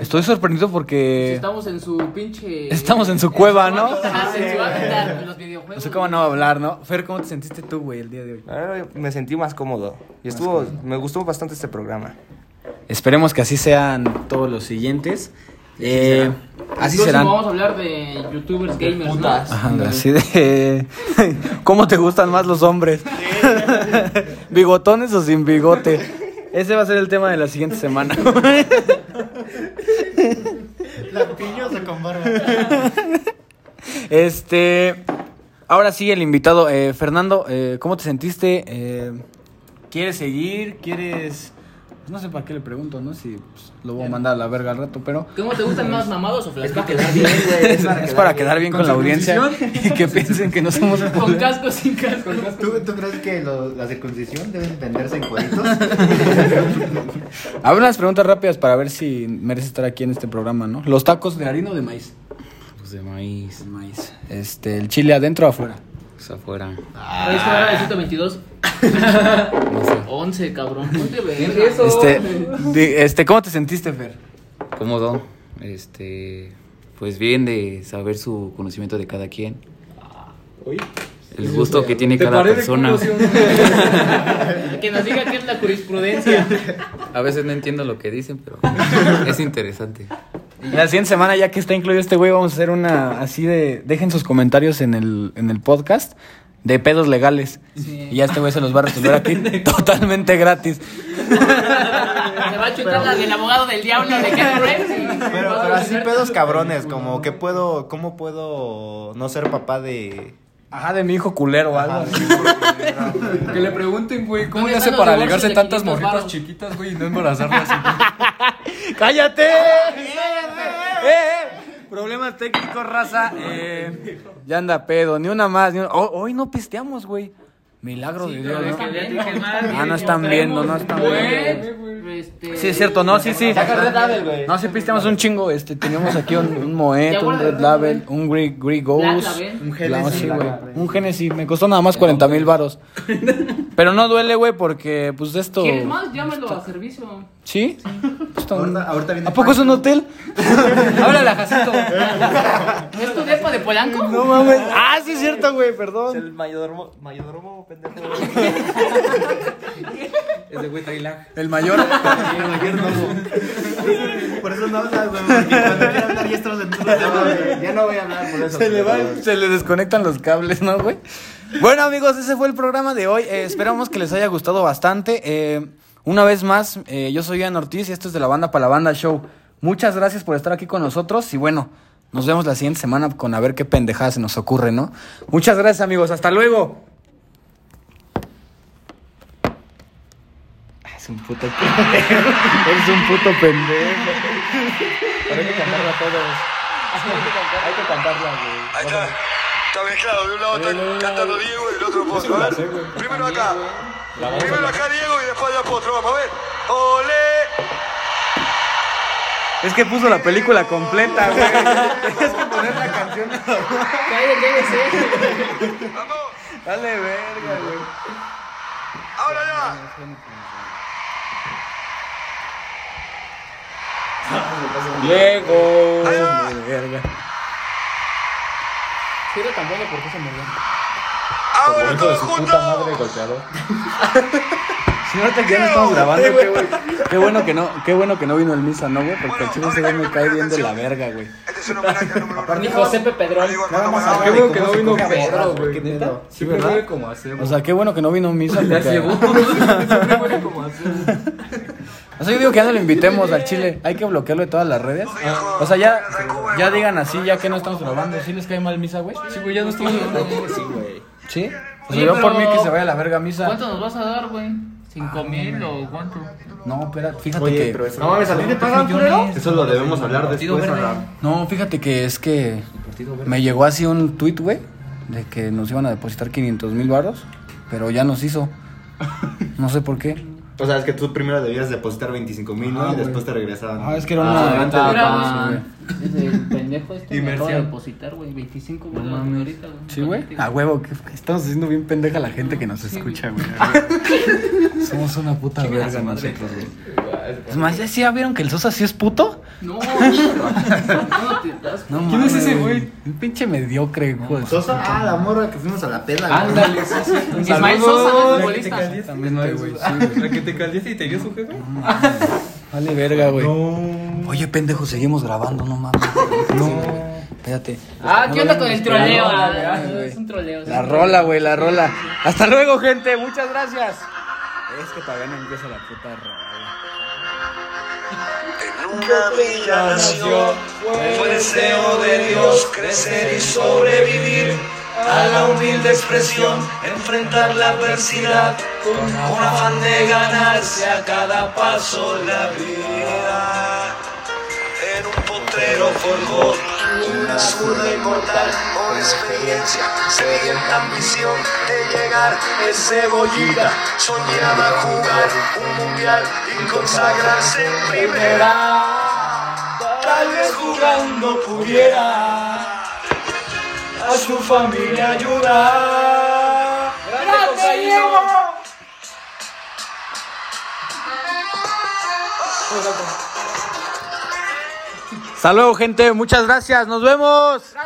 A: Estoy sorprendido porque
D: Estamos en su pinche.
A: estamos en su cueva, ¿no?
D: Ajá, en su hábitat, en los videojuegos.
A: No sé cómo no hablar, ¿no? Fer, ¿cómo te sentiste tú, güey, el día de hoy?
F: me sentí más cómodo. Y estuvo, me gustó bastante este programa.
A: Esperemos que así sean todos los siguientes. Eh, así
D: Entonces,
A: serán.
D: Vamos a hablar de youtubers gamers, ¿no?
A: Ajá, así de... ¿Cómo te gustan más los hombres? ¿Bigotones o sin bigote? Ese va a ser el tema de la siguiente semana.
C: Lampiñosa con barba.
A: Este, ahora sí el invitado, eh, Fernando, eh, ¿cómo te sentiste? Eh, ¿Quieres seguir? ¿Quieres? pues no sé para qué le pregunto, ¿no? Si pues, lo voy a mandar a la verga al rato, pero
D: ¿Cómo te gustan más mamados o flacos?
A: es para, quedar bien con, la audiencia y que piensen que no somos
D: Con casco, sin casco.
C: ¿Tú, tú crees que lo- la circuncisión debe venderse en cuadritos?
A: A ver unas preguntas rápidas para ver si merece estar aquí en este programa, ¿no? Los tacos de harina o de maíz.
G: Pues de maíz.
A: Maíz. Este, el chile adentro o afuera.
G: Pues afuera.
A: Ah.
D: Ahí está, el 122. 11, cabrón. Ponte verga.
A: Este, di- este, ¿cómo te sentiste, Fer?
G: Cómodo. Este. Pues bien de saber su conocimiento de cada quien. El gusto que tiene cada persona.
D: Que nos diga qué es la jurisprudencia.
G: A veces no entiendo lo que dicen, pero es interesante.
A: La siguiente semana, ya que está incluido este güey, vamos a hacer una así de. Dejen sus comentarios en el, en el podcast de pedos legales. Y ya este güey se los va a resolver aquí totalmente gratis.
D: Se va a chutar la del abogado del diablo de Ken Ramsey.
B: Pero, pero así pedos cabrones, como que puedo, ¿cómo puedo no ser papá de...
A: Ajá, de mi hijo culero o algo. así.
E: Que le pregunten, güey, ¿cómo
D: ¿Dónde
E: le hace
D: están los
E: para
D: divorcios
E: ligarse
D: de
E: tantas
D: 500
E: morritas
D: varos?
E: chiquitas, güey, y no embarazarlas?
A: ¡Cállate! ¡Eh, eh! Problemas técnicos, raza. Eh, ya anda pedo, ni una más. ni una- Oh, hoy no pisteamos, güey. Milagro de Dios. ¿no? Ah, no están viendo, no están viendo.
D: Este,
A: Sí, es cierto, no, sí, sí.
C: güey.
A: No, sí pisteamos un chingo, este, teníamos aquí un, un Moet, un Red Label, un Grey, Grey
D: Black
A: Ghost,
D: Label.
A: un Genesis, güey, un Genesis, me costó nada más 40 mil varos, pero no duele, güey, porque, pues, de esto,
D: ¿Quieres más? Llámalo a servicio.
A: ¿sí? Pues, está un-
C: Ahorita, ahorita viene
A: ¿A poco es un hotel?
D: Háblale a Jacinto. ¿No es tu depa de Polanco?
A: No mames, ah, sí es cierto, güey, perdón.
F: El mayordomo, mayordomo pendejo.
G: Ese güey trae lag.
A: El mayor,
C: Por eso no hablas, güey. porque Cuando quiero hablar, ya estamos en otro tema, güey. Ya no voy a hablar por eso.
A: se le, va- se le desconectan los cables, ¿no, güey? Bueno, amigos, ese fue el programa de hoy. Eh, esperamos que les haya gustado bastante. Eh, una vez más, eh, yo soy Ian Ortiz y esto es de la banda para la banda show. Muchas gracias por estar aquí con nosotros y bueno, nos vemos la siguiente semana con a ver qué pendejada se nos ocurre, ¿no? Muchas gracias, amigos. Hasta luego.
G: Es un puto
A: Eres un puto pendejo.
I: Ahí está. Está mezclado. De un lado está cantando Diego y del otro Potro. A ver. Primero acá. Primero acá Diego y después allá Potro. Vamos a ver. ¡Ole!
A: Es que puso la película completa, güey. Tenías que poner la canción.
D: Cae el DLC.
I: ¡Vamos!
A: Dale, verga, güey.
I: ¡Ahora ya!
A: Diego.
I: Ahí va.
A: Verga.
D: Sí, era tan bueno porque se murió.
I: ¡Ahora todos juntos!
A: Si no te quedas, estamos grabando, qué, güey. Qué bueno que no, qué bueno que no vino el misa, ¿no, güey? Porque el chico se ve me cae bien de la verga, güey.
I: Este es un homenaje al número uno.
D: Ni José P. Pedrón.
I: Diego Armando Maradona.
C: Ah, Qué bueno que no vino Pedro, güey. qué pedo.
A: Sí, ¿verdad? Como o sea, qué bueno que no vino misa. Porque... o sea, yo digo que ya no lo invitemos al chile. Hay que bloquearlo de todas las redes. O sea, ya, ya digan así, ya que no estamos grabando. ¿Sí les cae mal misa, güey? Sí, güey, ya no estamos grabando. Sí. O sea,
D: Oye,
A: yo por
D: pero-
A: mí que se vaya a la verga misa.
D: ¿Cuánto nos vas a dar, güey? ¿Cinco mil o cuánto?
A: No, espera, fíjate
B: Oye,
A: que.
B: pero eso...
C: No mames, ¿a ti te pagan, culero?
B: Eso lo debemos hablar después.
A: No, fíjate que es que me llegó así un tweet, güey, de que nos iban a depositar 500 mil baros, pero ya nos hizo. No sé por qué.
B: O sea, es que tú primero debías depositar 25 mil, ¿no?
A: Ah,
B: y
A: güey.
B: después te regresaban.
A: Ah, es que era una-
B: adelantado,
A: era-
B: vamos, güey.
D: El pendejo este me acaba de
A: Inmersión.
D: depositar, güey, 25 dólares ahorita, güey.
A: Sí, güey. Ah. A huevo, que estamos haciendo bien pendeja la gente que nos escucha, güey. Somos una puta
D: Chinga
A: verga
D: su madre.
A: nosotros, güey. Es más, ¿ya, sí, ya vieron que el Sosa sí es puto?
D: No, no te das
A: No,
D: cuenta.
A: mames, Un pinche mediocre, güey.
B: Sosa, ah, la morra que fuimos a la peda. güey.
D: Ándale, sí, sí.
B: Un
D: Ismael
B: saludo.
D: Sosa, ¿no?
B: La que
D: Futbolista.
B: te caldeaste,
A: Exactamente,
B: güey,
A: güey, sí, güey.
K: La que te caldeaste y te dio su jefe.
A: Vale, verga, güey. Oye, pendejo, seguimos grabando, no mames. No. Espérate.
D: Ah,
A: No
D: ¿qué onda
A: habíamos
D: con el
A: esperado,
D: troleo?
A: güey.
D: Ah, Es un troleo.
A: La rola, güey, la rola. Hasta luego, gente. Muchas gracias. Es que todavía no empieza la puta rola.
I: Una bella nación fue deseo de Dios crecer y sobrevivir a la humilde expresión, enfrentar la adversidad con, con afán de ganarse a cada paso la vida. En un potrero forjó una zurda inmortal por experiencia, sedienta ambición de llegar es cebollita, soñaba jugar un mundial y consagrarse en primera. Tal vez jugando pudiera a su familia ayudar. ¡Grande Diego!
A: Hasta luego, gente. Muchas gracias. Nos vemos.